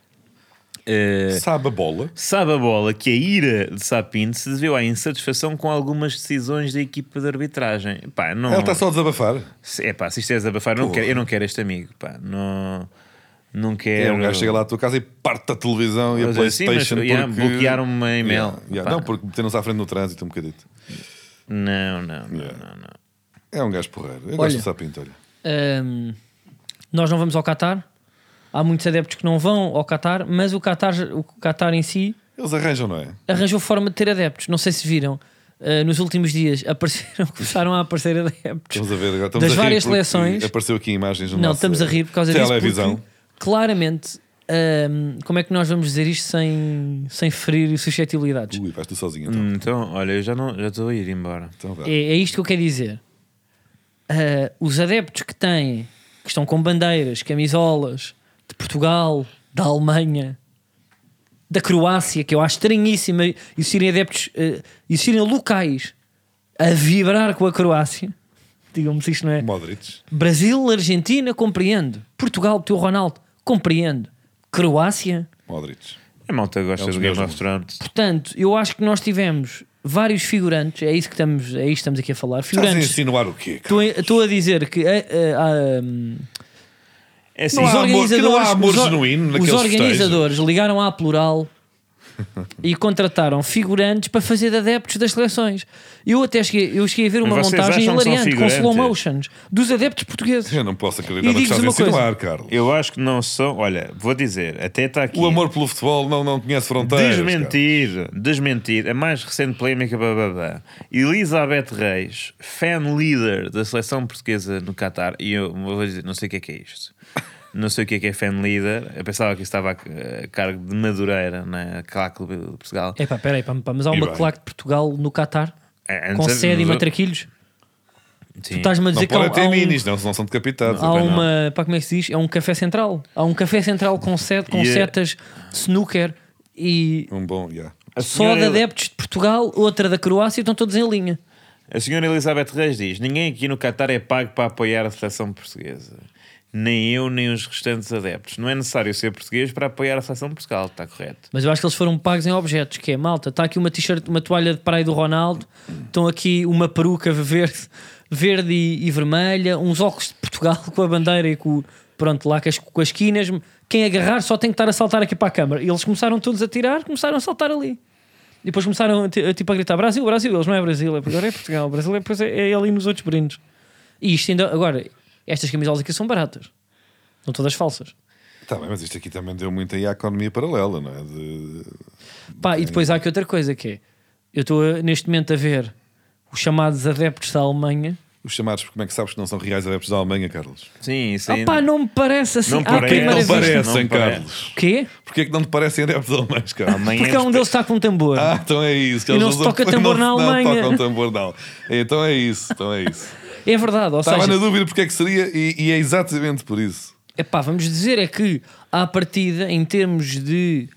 B: Eh,
C: Sabe a bola.
B: Sabe a bola que a ira de Sapinto se deveu à insatisfação com algumas decisões da equipa de arbitragem. Pá, não.
C: Ele está tá só a desabafar.
B: Se- É pá, se isto é desabafar, eu não quero, eu não quero este amigo, pá. Não, não
C: É,
B: quero.
C: um gajo que chega lá à tua casa e parte a televisão e a
B: Mas assim, mas,
C: Playstation
B: yeah,
C: porque...
B: bloquearam-me uma e-mail.
C: Yeah, yeah.
B: Pá.
C: Não, porque meteram-se à frente no trânsito um bocadito.
B: Não, não, não,
C: Yeah.
B: não, não.
C: É um gajo porreiro. Eu
A: Olha.
C: gosto de sapinto, olha.
A: Ahm, nós não vamos ao Qatar. Há muitos adeptos que não vão ao Qatar, mas o Qatar, o Qatar em si
C: Eles arranjam, não é?
A: arranjou forma de ter adeptos. Não sei se viram. Ah, nos últimos dias apareceram, começaram a aparecer adeptos.
C: Estamos a ver agora. Estamos
A: Das
C: a rir
A: várias
C: porque
A: seleções.
C: Apareceu aqui imagens no
A: Não,
C: nosso
A: estamos a rir por causa
C: televisão.
A: disso. Porque, claramente, ahm, como é que nós vamos dizer isto sem, sem ferir suscetibilidades?
C: Ui, vais tu sozinho então.
B: Hum, Então, olha, eu já não- já estou a ir embora.
C: Então vá.
A: É, é isto que eu quero dizer. Ah, os adeptos que têm, que estão com bandeiras, camisolas de Portugal, da Alemanha, da Croácia, que eu acho estranhíssima existirem adeptos, ah, existirem locais a vibrar com a Croácia. Digam-me se isto não é.
C: Modric.
A: Brasil, Argentina, compreendo. Portugal, teu Ronaldo, compreendo. Croácia,
C: Modric.
B: A malta gosta
C: Eles
B: do Game
C: mesmos.
B: of Thrones.
A: portanto, eu acho que nós tivemos vários figurantes, é isso que estamos, é isto que estamos aqui a falar.
C: Estás a
A: Figurantes
C: insinuar o quê? cara?
A: Estou a dizer que eh, eh, ah, hum,
B: É assim,
C: Não
A: os
C: há amor- que não há
A: organizadores,
C: amor
A: os or-
C: genuíno
A: os
C: naqueles
A: organizadores ligaram à plural e contrataram figurantes para fazer de adeptos das seleções. Eu até cheguei, eu cheguei a ver uma
B: Mas vocês
A: montagem
B: acham que são
A: hilariante com slow
B: figurantes?
A: motions dos adeptos portugueses.
C: Eu não posso
A: E
C: acreditar no que
A: digo-vos
C: estás a
A: uma coisa. É
C: insinuar, Carlos.
B: eu acho que não são. Olha, vou dizer, até está aqui.
C: O amor pelo futebol não, não conhece fronteiras. cara.
B: Desmentir, desmentir. A mais recente polémica, blá, blá, blá. Elizabeth Reis, fan leader da seleção portuguesa no Qatar. E eu vou dizer, não sei o que é que é isto. Não sei o que é que é fan leader. Eu pensava que isso estava a, a cargo de Madureira, na Claque de Portugal.
A: Epá, peraí, pá, pá, mas há
C: E
A: uma
C: bem. Então,
A: claque de Portugal no Qatar
B: É,
A: com
B: antes-
A: sede e
B: nos-
A: matraquilhos.
B: Sim.
A: Estás-me
C: Não
A: a dizer que há,
C: podem ter
A: há
C: minis,
A: um,
C: não, senão são decapitados.
A: há
C: ok?
A: uma. Pá, como é que se diz? É um café central. Há um café central com, sede, com
B: E é-
A: setas, snooker e
C: Um bom, yeah.
B: A
A: Só de
B: senhora- é
A: adeptos de Portugal, outra da Croácia, estão todos em linha.
B: A senhora Elizabeth Reis diz: Ninguém aqui no Qatar é pago para apoiar a seleção portuguesa. nem eu, nem os restantes adeptos. Não é necessário ser português para apoiar a seleção de Portugal, está correto.
A: Mas eu acho que eles foram pagos em objetos, que é malta. Está aqui uma t-shirt, uma toalha de praia do Ronaldo, estão aqui uma peruca verde, verde e, e vermelha, uns óculos de Portugal com a bandeira e com, o- pronto, lá com as, com as esquinas. Quem agarrar só tem que estar a saltar aqui para a câmara. E eles começaram todos a tirar, começaram a saltar ali. E depois começaram a, ti- a, tipo a gritar Brasil, Brasil, eles não é Brasil, é, agora é Portugal, Brasil é, depois é, é ali nos outros brindes. E isto ainda, agora, estas camisolas aqui são baratas, não todas falsas.
C: Tá bem, mas isto aqui também deu muito aí à economia paralela, não é? De-
A: Pá, e depois há aqui outra coisa que é: eu estou neste momento a ver os chamados adeptos da Alemanha.
C: Os chamados, como é que sabes que não são reais adeptos da Alemanha, Carlos? é
B: Sim, isso
A: Ah,
B: aí.
A: pá, não me parece assim.
B: Não
A: à
B: parece.
A: primeira
C: Não
A: vista.
C: parecem,
B: Não parece.
C: Carlos.
A: O quê?
C: Porquê é que não te parecem adeptos alemães, Carlos?
B: Amanhã
A: Porque há um
B: nos-
A: deles que está com um tambor.
C: Ah, então é isso. que
A: E
C: eles
A: não se toca
C: usam-
A: tambor na
C: não,
A: Alemanha.
C: Não tocam tambor, não. Então é isso, então é isso.
A: É verdade, ou
C: Estava
A: seja,
C: na dúvida porque é que seria e, e é exatamente por isso.
A: epá, vamos dizer é que à partida, em termos de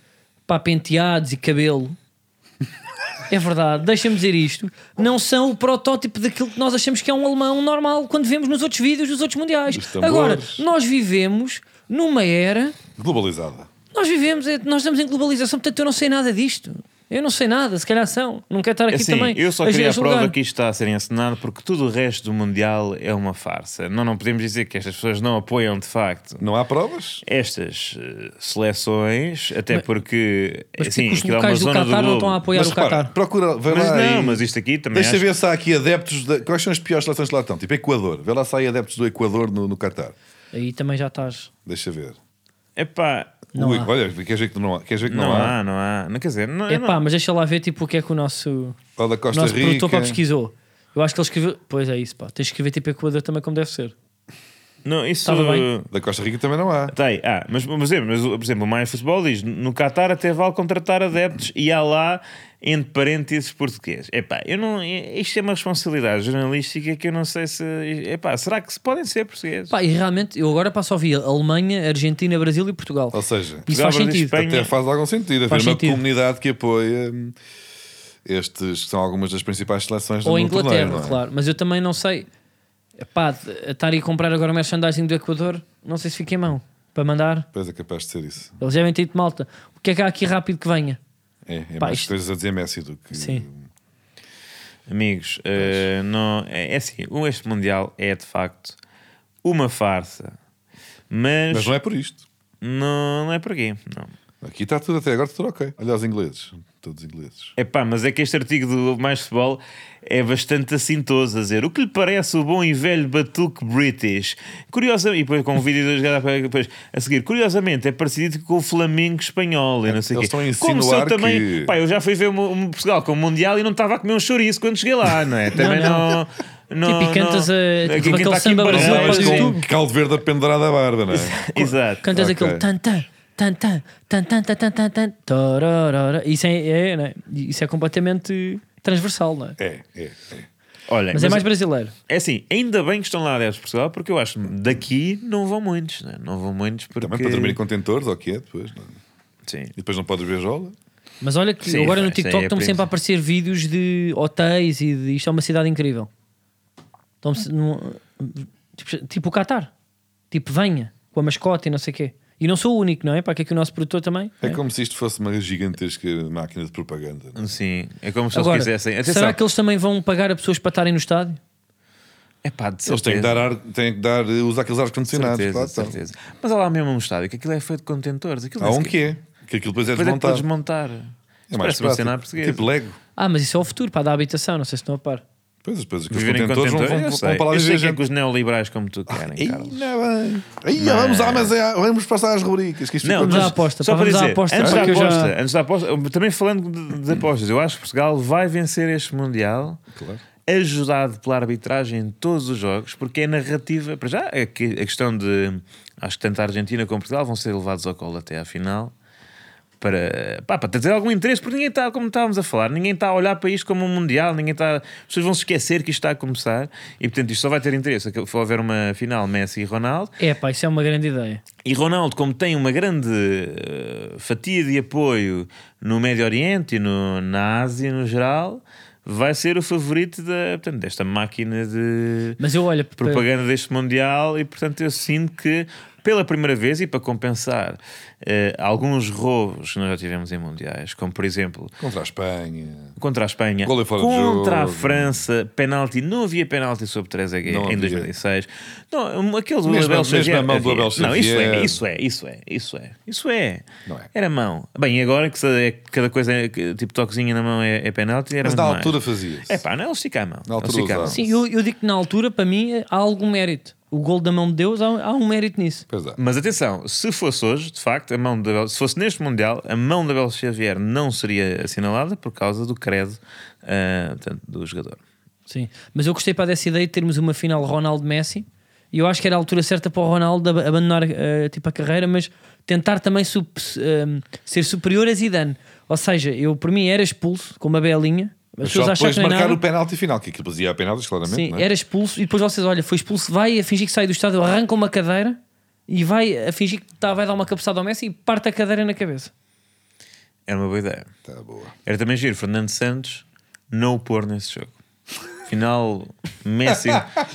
A: pá, penteados e cabelo, é verdade, deixa-me dizer isto, não são o protótipo daquilo que nós achamos que é um alemão normal quando vemos nos outros vídeos dos outros mundiais.
C: Dos tambores.
A: Agora, nós vivemos numa era
C: Globalizada.
A: Nós vivemos, é- nós estamos em globalização, portanto eu não sei nada disto. Eu não sei nada, se calhar são. Não quero estar tá aqui
B: Assim,
A: também.
B: eu só
A: a
B: queria a prova
A: julgar.
B: que isto está a ser ensinado porque tudo o resto do Mundial é uma farsa. Não, não podemos dizer que estas pessoas não apoiam de facto
C: Não há provas?
B: estas eh, seleções, até porque,
A: Mas
B: assim,
A: porque os
B: aquilo é uma
A: locais do
B: zona do
A: Qatar não estão a
B: globo.
A: apoiar
C: mas
A: o
C: repara,
A: Qatar.
C: procura, vai
B: Mas
C: lá
B: não,
C: e-
B: mas isto aqui também
C: Deixa
B: acho
C: ver se há aqui adeptos. da- Quais são as piores seleções que lá estão? Tipo Equador. Vê lá se há aí adeptos do Equador no, no Qatar.
A: Aí também já estás.
C: Deixa ver.
B: Epá,
A: Não
C: Ui,
A: há.
C: Olha, queres ver que não há? Queres ver que não,
B: não
C: há?
B: há, não há. Não, quer dizer, não,
A: É
B: não-
A: pá, mas deixa lá ver tipo o que é que o nosso,
C: Olha Costa
A: nosso
C: Rica.
A: produtor pá, pesquisou. Eu acho que ele escreveu. Pois é isso, pá. Tens que escrever tipo Equador também como deve ser.
B: não, isso.
A: Estava bem.
C: Da Costa Rica também não há.
B: Tá aí. Ah, mas, por exemplo, mas, por exemplo, o Maia Futebol diz: no Qatar até vale contratar adeptos e há lá, entre parênteses, português. Epá, eu não, isto é uma responsabilidade jornalística que eu não sei se. Epá, será que se podem ser portugueses?
A: Pá, e realmente eu agora passo a ouvir Alemanha, Argentina, Brasil e Portugal.
C: Ou seja,
A: Isso faz
B: Portugal, Brasil,
A: sentido.
B: Espanha.
C: até faz algum sentido haver
A: Faz
C: uma
A: sentido.
C: comunidade que apoia hum, estes que são algumas das principais seleções
A: Ou
C: do
A: a
C: mundo.
A: Inglaterra,
C: não é?
A: claro. Mas eu também não sei. Pá, estar a ir comprar agora merchandising do Equador, não sei se fica em mão. Para mandar,
C: Pois é capaz de ser isso.
A: eles devem ter dito malta. O que é que há aqui rápido que venha?
C: É, é
A: Pá,
C: mais
A: isto-
C: coisas a dizer Messi do que.
A: Sim.
B: Amigos, eh, não, é, é assim: o este Mundial é de facto uma farsa. Mas,
C: Mas não é por isto.
B: não, não é porquê. Não.
C: Aqui está tudo até agora, tudo ok. Olha os ingleses, todos ingleses.
B: Epá, mas é que este artigo do Mais Futebol é bastante assintoso a dizer o que lhe parece o bom e velho batuque british. Curiosamente, e depois com um vídeo da jogada para- depois a seguir, curiosamente é parecido com o Flamengo espanhol e não sei o
C: Eles
B: quê.
C: estão a
B: Como se eu
C: insinuar
B: também,
C: que-
B: pá, eu já fui ver um, um Portugal com o Mundial e não estava a comer um chouriço quando cheguei lá, não é? Também não. não,
A: Tipo, e cantas
B: não...
A: a-
B: Quem-
A: tipo
B: quem
A: aquele
B: está aqui em
A: samba
B: Barreiras
A: brasileiro para o
B: com-
A: YouTube.
C: Caldo verde pendurado à barba, não é?
B: Exato.
A: Cantas
C: Ok.
A: aquele tan tan tan tan tan tan tan tan tan tan tararara. Isso é, é, né? isso é completamente transversal, não é?
C: É, é, é.
B: Olha,
A: Mas é mais brasileiro.
B: É assim, ainda bem que estão lá adeptos de Portugal, porque eu acho que daqui não vão muitos, né? não vão muitos porque...
C: Também para dormir em contentores, ou o que é depois. não é?
B: Sim.
C: E depois não podes ver jola.
A: Mas olha que
B: Sim,
A: agora no
B: isso aí é
A: TikTok estão-me
B: preciso.
A: sempre a aparecer vídeos de hotéis e de isto é uma cidade incrível. Estão-me se- num- tipo, tipo o Qatar. Tipo, venha, com a mascote e não sei o quê. E não sou o único, não é? Para que aqui o nosso produtor também.
C: É,
A: não é?
C: como se isto fosse uma gigantesca máquina de propaganda. não é?
B: Sim, é como se
A: Agora,
B: eles quisessem. Atenção.
A: será que eles também vão pagar a pessoas para estarem no estádio?
B: Epá, de
C: Eles
B: certeza.
C: têm que dar, ar, têm que dar eh, usar aqueles ar-condicionados.
B: certeza,
C: claro tá. que são.
B: certeza. Mas há lá mesmo um estádio que aquilo é feito de contentores. Aquilo
C: Há
B: nem
C: um
B: sequer-
C: que é, que aquilo depois é
B: Depois é que podes
C: desmontado.
B: desmontar. Isso
C: É mais
B: parece uma cena
C: prático.
B: portuguesa.
C: Tipo Lego.
A: Ah, mas isso é o futuro, para dar habitação, não sei se estão a par.
C: Pois as coisas que os
B: Viver em
C: contentores vão,
B: contentores.
C: vão,
B: eu
C: vão
B: sei.
C: para lá
B: Eu sei
C: viver
B: que é
C: gente.
B: que os neoliberais como tu querem,
C: Ih,
B: Carlos.
C: não é bem. Ih, vamos, à Amazon, vamos passar as rubricas. Que isto
B: Não,
C: fica-
A: Vamos à aposta,
B: só
A: pá,
B: para
A: vamos à
B: dizer,
A: aposta,
B: antes, da
A: porque eu já- Hum.
B: aposta antes da aposta, eu- também falando de, de apostas, eu acho que Portugal vai vencer este Mundial,
C: Claro.
B: ajudado pela arbitragem em todos os jogos, porque é narrativa, para já, é que a questão de, acho que tanto a Argentina como Portugal vão ser levados ao colo até à final, para, pá, para trazer algum interesse, porque ninguém está, como estávamos a falar, ninguém está a olhar para isto como um mundial, ninguém está, as pessoas vão se esquecer que isto está a começar, e portanto isto só vai ter interesse, se houver uma final Messi e Ronaldo,
A: É, pá, isso é uma grande ideia.
B: e Ronaldo, como tem uma grande eh, fatia de apoio no Médio Oriente e no- na Ásia no geral, vai ser o favorito da, portanto, desta máquina de
A: Mas eu olho para-
B: propaganda deste Mundial e, portanto, eu sinto que pela primeira vez e para compensar eh, alguns roubos que nós já tivemos em Mundiais, como por exemplo
C: Contra a Espanha.
B: contra a Espanha,
C: Gol é fora de
B: contra a
C: jogo.
B: França, penalti, não havia penalti sobre Teresa
C: Não
B: Guerra em
C: havia.
B: 2006. Não, aqueles
C: Mesmo-
B: Abel
C: mesmo
B: Xavier,
C: a mão do
B: havia.
C: Abel
B: Não, isso é,
C: Xavier.
B: isso é, isso é, isso é, isso é.
C: Não é.
B: Era mão. Bem, e agora que se- é que cada coisa, é que, tipo toquezinha na mão é, é penalti, era
C: Mas
B: muito
C: na
B: mais.
C: altura fazia-se.
B: É pá, não, eles ficam à mão.
C: Na
B: Eles
C: altura
B: ficam à mão.
C: usava.
A: Sim, eu, eu digo que na altura, para mim, há algum mérito. O gol da mão de Deus, há, há um mérito nisso.
C: Pois é.
B: Mas atenção, se fosse hoje, de facto, a mão de Abel, se fosse neste Mundial, a mão da Abel Xavier não seria assinalada por causa do credo ah, portanto, do jogador.
A: Sim. Mas eu gostei para dessa ideia de termos uma final Ronaldo-Messi. E eu acho que era a altura certa para o Ronaldo ab- abandonar eh, tipo, a carreira, mas tentar também sup- eh, ser superior a Zidane. Ou seja, eu por mim era expulso com uma belinha. As
C: Mas
A: pessoas
C: só
A: acham
C: depois
A: que
C: de
A: não é
C: marcar
A: nada.
C: o penalti final, que aquilo fazia a penaltis, claramente.
A: Sim,
C: não é?
A: era expulso e depois vocês, olha, foi expulso, vai a fingir que sai do estádio, arranca uma cadeira e vai a fingir que tá, vai dar uma cabeçada ao Messi e parte a cadeira na cabeça.
B: Era uma boa ideia.
C: Tá boa.
B: Era também giro, Fernando Santos não o pôr nesse jogo. Final, Messi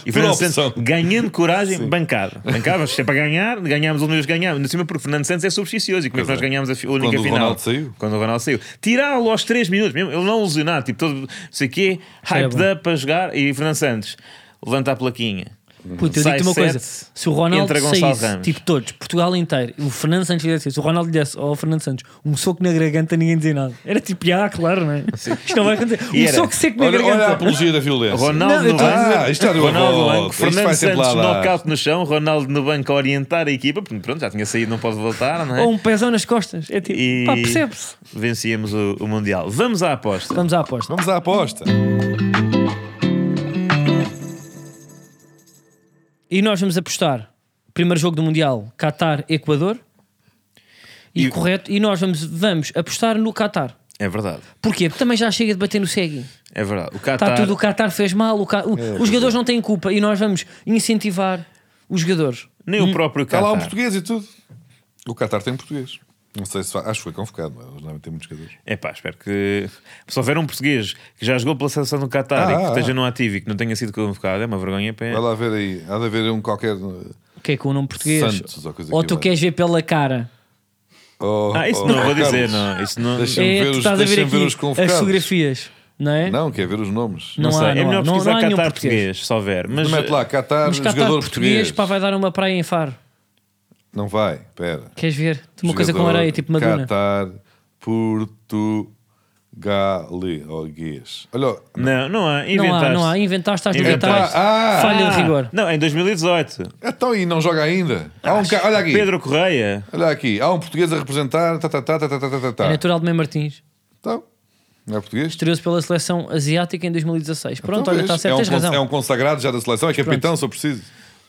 B: e Fernando
C: opção.
B: Santos ganhando coragem, bancada. Bancada, mas se é para ganhar, ganhámos onde nós ganhámos. Ainda cima porque Fernando Santos é supersticioso e como é que
C: Pois
B: nós
C: é.
B: ganhámos a, fi- a única
C: Quando o
B: final?
C: Ronaldo saiu.
B: Quando o Ronaldo saiu. Tirá-lo aos 3 minutos, mesmo, ele não lesionar, tipo todo, não sei o quê,
A: era
B: hyped
A: bom.
B: up para jogar e Fernando Santos levanta a plaquinha.
A: Puta, eu
B: Sai
A: digo-te uma
B: sete,
A: coisa: se o Ronaldo
B: entra Gonçalo
A: saísse,
B: Ramos.
A: tipo todos, Portugal inteiro, e o Fernando Santos fizesse isso, o Ronaldo lhe desse ao Fernando Santos um soco na garganta, ninguém dizia nada. Era tipo, ah, claro, não é? Isto não vai acontecer.
B: E
A: Um
B: era,
A: soco seco na
C: Olha, olha a
A: garganta.
C: apologia da violência.
B: Ronaldo
A: Não, eu
B: no
A: tô a
B: banco,
C: dizer- Ah, isto é do
B: Ronaldo no
C: Ronaldo.
B: banco,
C: Isto vai
B: Fernando
C: sempre lá
B: Santos
C: dar.
B: knockout no chão, Ronaldo no banco a orientar a equipa, porque pronto, já tinha saído, não pode voltar, não é?
A: Ou um pezão nas costas. É tipo,
B: E-
A: pá, percebe-se.
B: Vencíamos o, o Mundial. Vamos à aposta.
A: Vamos à aposta.
C: Vamos à aposta.
A: E nós vamos apostar: primeiro jogo do Mundial, Qatar-Equador. E,
B: E-
A: correto, e nós vamos, vamos apostar no Qatar.
B: É verdade,
A: Porquê? Porque também já chega de bater no Segui.
B: é verdade. O
A: Está
B: Qatar,
A: Tá tudo, o Qatar fez mal, o Ca- o- os jogadores não têm culpa e nós vamos incentivar os jogadores.
B: nem o próprio
C: Está
B: Qatar.
C: lá um português e tudo. O Qatar tem português. Não sei se. fa- Acho que foi convocado, mas eles devem ter muitos jogadores.
B: É pá, espero que. Se houver um português que já jogou pela seleção do Qatar
C: Ah,
B: e que
C: ah,
B: esteja
C: ah.
B: no ativo e que não tenha sido convocado, é uma vergonha. Pé.
C: Vai lá ver aí. Há de haver um qualquer. uh,
A: Que é com o nome português.
C: Santos ou coisa
A: tu
C: que é
A: queres ver pela cara?
C: Oh,
B: Ah, isso
C: oh,
B: não vou
C: Carlos,
B: dizer, não. Isso não,
C: Deixa- Deixa-me
A: É,
C: ver
A: tu
C: os-
A: estás a ver
C: deixa-me ver
A: aqui
C: os
A: as
C: convocados.
A: fotografias, não é?
C: Não, quer ver os nomes.
A: Não
B: sei.
A: há,
B: é
A: não há.
B: melhor
A: Não-
B: pesquisar
A: não há nenhum
B: Qatar
A: português.
B: português, se houver. Mas,
C: Mas mete lá, Qatar,
A: Mas cá está
C: jogador
A: português,
C: português.
A: pá, vai dar uma praia em Faro.
C: Não vai, pera.
A: Queres ver? Uma coisa com
C: Jogador,
A: areia, tipo Madonna.
C: Qatar, português. oh, Olha,
B: Não, não
A: Não
B: há.
A: há,
B: Inventaste.
A: não há. Inventaste, estás a
B: Inventaste.
A: inventar.
C: Ah, ah.
A: Falha de
B: Ah,
A: rigor.
B: Não, em 2018.
C: então e não joga ainda? Há um ca- Olha aqui,
B: Pedro Correia.
C: olha aqui, há um português a representar. Tá, tá, tá, tá, tá, tá, tá, tá.
A: É natural de Mem Martins.
C: Então, não é português?
A: Estreou-se pela seleção asiática em 2016. Pronto,
C: Então,
A: olha,
C: vês,
A: está certo,
C: é um,
A: tens
C: cons-
A: razão.
C: É um consagrado já da seleção, é capitão, só preciso.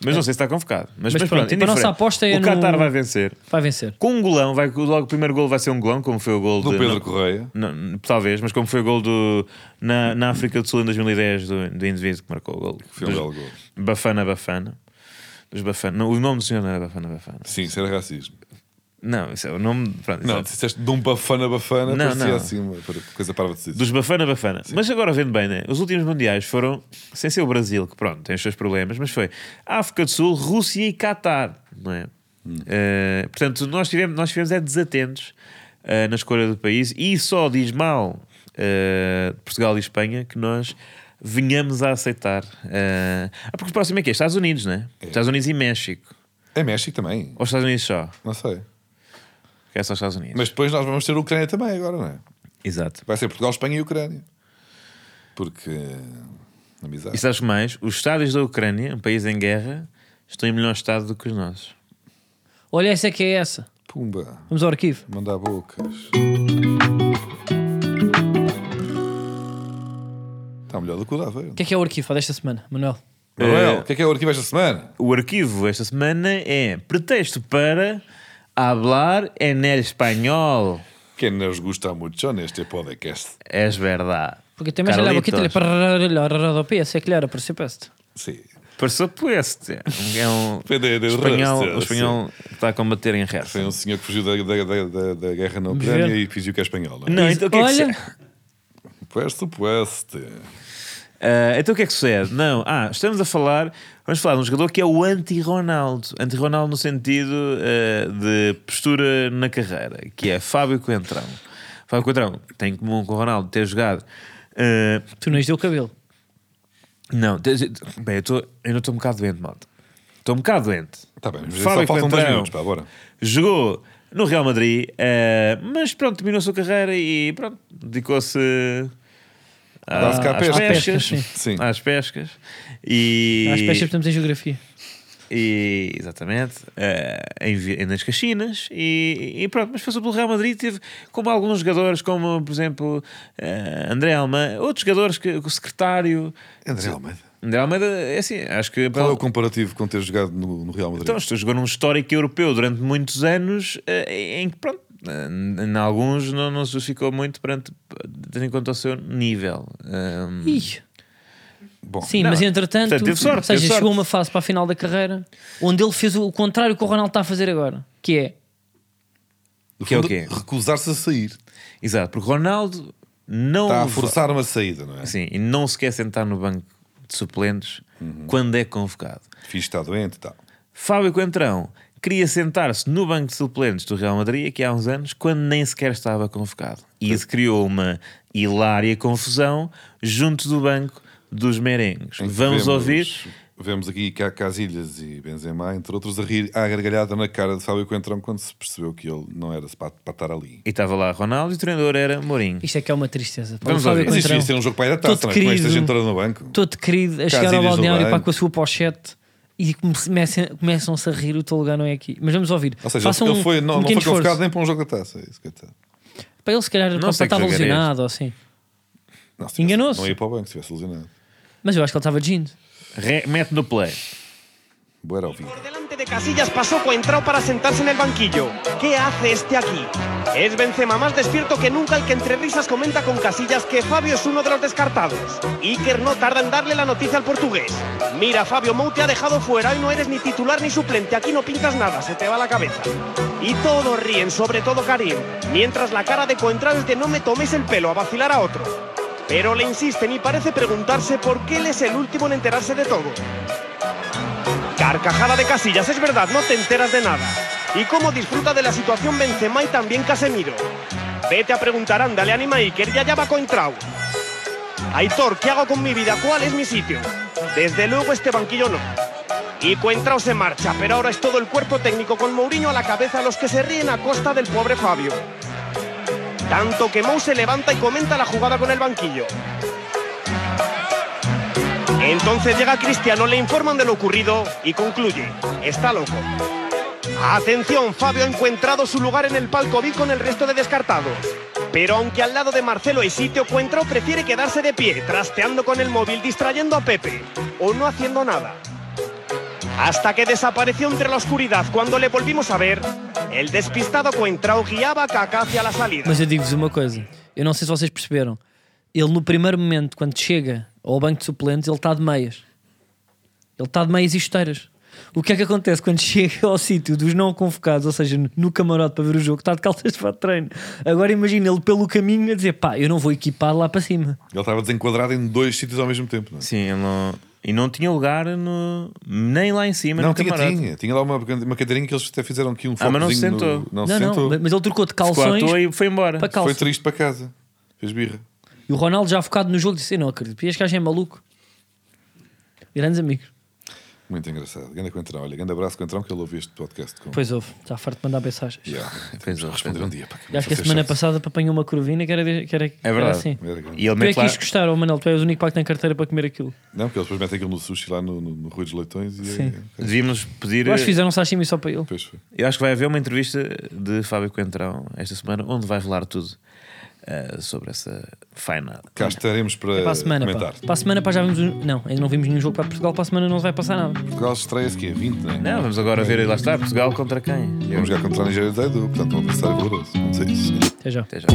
B: Mas não sei se está convocado. Mas,
A: É. Mas
B: mas pronto,
A: pronto, tipo, a nossa
B: indiferente.
A: aposta é
B: O Qatar
A: no-
B: vai vencer.
A: Vai vencer.
B: Com um golão, vai, logo o primeiro gol vai ser um golão, como foi o gol
C: Do
B: de-
C: Pedro
B: não-
C: Correia.
B: não, talvez, mas como foi o gol do, na, na África do Sul em 2010 do, do indivíduo que marcou o gol.
C: Foi um
B: Dos-
C: belo gol.
B: Bafana Bafana. Dos Bafana. Não, o nome do senhor não era Bafana Bafana.
C: Sim, isso era racismo.
B: Não, isso é o nome. Pronto, isso
C: Não,
B: é-
C: disseste de um bafana bafana,
B: Não,
C: parecia
B: não.
C: assim uma para- coisa parva de dizer.
B: Dos Bafana Bafana. Mas agora vendo bem, né? Os últimos mundiais foram, sem ser o Brasil, que pronto, tem os seus problemas, mas foi África do Sul, Rússia e Catar, não é? Eh, portanto, nós tivemos, nós tivemos é desatentos eh, na escolha do país e só diz mal eh, de Portugal e Espanha que nós venhamos a aceitar. eh, ah, porque o próximo é que Estados Unidos, não é? Estados Unidos e México.
C: É México também,
B: Ou Estados Unidos só?
C: não sei.
B: Que é só Estados Unidos.
C: Mas depois nós vamos ter a Ucrânia também agora, não é?
B: Exato.
C: Vai ser Portugal, Espanha e Ucrânia. Porque. eh, Amizade.
B: E sabes mais? Os estádios da Ucrânia, um país em guerra, estão em melhor estado do que os nossos.
A: Olha, essa é que é essa.
C: Pumba,
A: Vamos ao arquivo.
C: mandar bocas. Está melhor do que o da Aveiro.
A: O que é que é o arquivo desta semana, Manuel?
C: Manuel, o que é que é o arquivo esta semana?
B: O arquivo esta semana é pretexto para hablar en el espanhol.
C: Quem nos gusta muito neste podcast.
B: É verdade.
A: Porque também já leva aqui tele para a PS, é que lhe era para ser peste.
C: Sim.
B: Passou por este. É um
C: Perder o
B: espanhol,
C: rastro,
B: o espanhol está a combater em ré.
C: Foi um senhor que fugiu da, da, da, da- da guerra na
A: Vamos
C: Ucrânia
A: ver.
C: e fingiu que é espanhol. Não, é?
B: Não, então o que é que
A: Olha,
B: se-
C: Peste, peste.
B: Ah, então o que é que sucede? Não, ah, estamos a falar, vamos falar de um jogador que é o anti-Ronaldo. Anti-Ronaldo no sentido ah, de postura na carreira, que é Fábio Coentrão. Fábio Coentrão tem em comum com o Ronaldo ter jogado. ah,
A: Tu não lhes deu o cabelo.
B: não, tens- bem, eu, tô, eu não estou um bocado doente, malta. Estou um bocado doente.
C: Está Tá bem, mas
B: Fábio
C: só faltam 10
B: Coentrão.
C: minutos para agora.
B: Jogou no Real Madrid, eh, mas pronto, terminou a sua carreira e pronto, dedicou-se à-
C: Dá-se cá à
B: às
C: pesca.
B: pescas.
A: Sim.
C: Sim.
B: Às pescas. E,
A: Às pescas estamos em geografia.
B: e- exatamente. eh, em, vi- nas Caxinas. E, e pronto, mas passou pelo Real Madrid. Teve como alguns jogadores, como por exemplo eh, André Alma, outros jogadores que o secretário.
C: André Almeida.
B: André Almeida, é assim, acho que.
C: Qual é o comparativo com ter jogado no, no Real Madrid?
B: Então, estou jogou num histórico europeu durante muitos anos eh, em que, pronto, eh, em alguns não, não se justificou muito perante, tendo em conta o seu nível. Ehm, Ahm,
A: Ih.
C: Bom,
A: Sim,
B: Não,
A: mas entretanto,
B: portanto, teve sorte,
A: ou seja,
B: teve
A: chegou
B: sorte.
A: uma fase para a final da carreira onde ele fez o contrário que o Ronaldo está a fazer agora, que é
C: no
B: que é o
C: fundo,
B: quê?
C: Recusar-se a sair.
B: Exato, porque Ronaldo não.
C: Está Tá a
B: va-
C: forçar uma saída, não é?
B: Sim, e não se quer sentar no banco de suplentes
C: Uhum.
B: quando é convocado.
C: Fiz está doente e tal.
B: Fábio Coentrão queria sentar-se no banco de suplentes do Real Madrid aqui há uns anos, quando nem sequer estava convocado. E isso criou uma hilária confusão junto do banco dos merengues.
C: Em que
B: Vamos
C: vemos-
B: ouvir.
C: Vemos aqui Ca- Casilhas e Benzema, entre outros, a rir à gargalhada na cara de Fábio Coentrão quando se percebeu que ele não era para, para estar ali.
B: E estava lá Ronaldo e o treinador era Mourinho.
A: isto é que é uma tristeza.
B: Vamos
A: Fábio
B: ouvir.
C: Mas isto
A: Coentrão,
C: ia ser um jogo para ir à taça,
A: Todo
C: não é? Com esta
A: querido.
C: gente toda no banco.
A: todo querido, a chegar ao
C: Casilhas no
A: balneário pá,
C: banco.
A: com a sua pochete e comecem- começam-se a rir, o teu lugar não é aqui. Mas vamos ouvir.
C: Ou seja,
A: Façam
C: ele ele foi,
A: um,
C: não,
A: um
C: não foi
A: pequeno
C: convocado
A: esforço.
C: nem para um jogo da taça. é Isso, coitado.
A: Para ele se calhar pá,
B: sei que
A: estava
B: jogo era este.
A: lesionado ou assim.
C: Não, se tivesse-
A: Enganou-se.
C: Não ia para o banco, se tivesse ilusionado.
A: Mas eu acho que ele estava de jeans.
B: Re- Mete no play.
C: Boa era ao vivo.
D: Por delante de Casillas pasó Coentrao para sentarse en el banquillo. ¿Qué hace este aquí? Es Benzema más despierto que nunca el que entre risas comenta con Casillas que Fabio es uno de los descartados. Iker no tarda en darle la noticia al portugués. Mira, Fabio Mou te ha dejado fuera y no eres ni titular ni suplente. Aquí no pintas nada, se te va la cabeza. Y todos ríen, sobre todo Karim, mientras la cara de Coentrao es de no me tomes el pelo a vacilar a otro. Pero le insisten y parece preguntarse por qué él es el último en enterarse de todo. Carcajada de Casillas, es verdad, no te enteras de nada. ¿Y cómo disfruta de la situación Benzema y también Casemiro? Vete a preguntar, anda, le anima Iker, ya ya va Coentrao. Aitor, ¿qué hago con mi vida? ¿Cuál es mi sitio? Desde luego este banquillo no. Y Coentrao se marcha, pero ahora es todo el cuerpo técnico con Mourinho a la cabeza los que se ríen a costa del pobre Fabio. Tanto que Mou se levanta y comenta la jugada con el banquillo. Entonces llega Cristiano, le informan de lo ocurrido y concluye, está loco. Atención, Fabio ha encontrado su lugar en el palco VIP con el resto de descartados. Pero aunque al lado de Marcelo y Sitio Cuentrao prefiere quedarse de pie, trasteando con el móvil, distrayendo a Pepe o no haciendo nada. Hasta que desapareció entre la oscuridad cuando le volvimos a ver, el despistado Cuentrao guiaba a Kaká hacia la salida.
A: Mas eu digo-vos uma coisa, eu não sei se vocês perceberam. Ele no primeiro momento, quando chega ao banco de suplentes, ele está de meias. Ele está de meias e esteiras. O que é que acontece quando chega ao sítio dos não convocados, ou seja, no camarote para ver o jogo, está de calças para treino. Agora imagina ele pelo caminho a dizer, pá, eu não vou equipar lá para cima.
C: Ele estava desenquadrado em dois sítios ao mesmo tempo. Não, é?
B: Sim, ele não- E não tinha lugar no... nem lá em cima,
C: não
B: no
C: tinha,
B: camarote.
C: tinha. Tinha lá uma, uma cadeirinha que eles até fizeram aqui um
B: Ah, mas não se
C: focozinho no-
B: sentou.
C: Não, se
A: Não, não,
C: sentou.
A: mas ele trocou de
B: Ficou à
A: calções
B: toa e foi embora.
C: Foi
A: para calças.
C: triste para casa. Fez birra.
A: E o Ronaldo já focado no jogo disse, "Eu não acredito, este gajo é maluco. Grandes amigos.
C: Muito engraçado. Grande Coentrão. Olha, grande abraço, Coentrão, que ele ouve este podcast com.
A: Pois houve, está farto de mandar mensagens.
C: Yeah.
B: Pois é,
C: Responder um dia. pá,
A: E acho que a
C: vocês
A: semana
C: sabem.
A: passada apanhou uma corvina que era, de- que era, que
B: É
A: era
B: verdade.
A: assim.
C: Era grande.
B: E ele
A: Tu é
B: mete
A: que
B: lá...
A: isto gostaram, Manel, tu és o único pá que tem carteira para comer aquilo.
C: Não, porque eles depois metem aquilo no sushi lá no, no, no Rui dos Leitões e
A: Sim.
B: Devíamos pedir...
A: Eu acho que fizeram sashimi só para ele.
C: depois foi.
B: Eu acho que vai haver uma entrevista de Fábio Coentrão esta semana, onde vai revelar tudo eh, sobre essa final.
C: Cá estaremos para,
A: É para a semana, pá.
C: comentar.
A: Para a semana, pá, já vimos. um- Não, ainda não vimos nenhum jogo para Portugal, para a semana não vai passar nada.
C: Portugal estreia-se aqui a 20, não é?
B: Não, vamos agora ver, lá está, Portugal contra quem?
C: E vamos jogar contra a Nigéria do Edu, portanto, um adversário valoroso. Vamos a isso.
A: Até já.
B: Até já.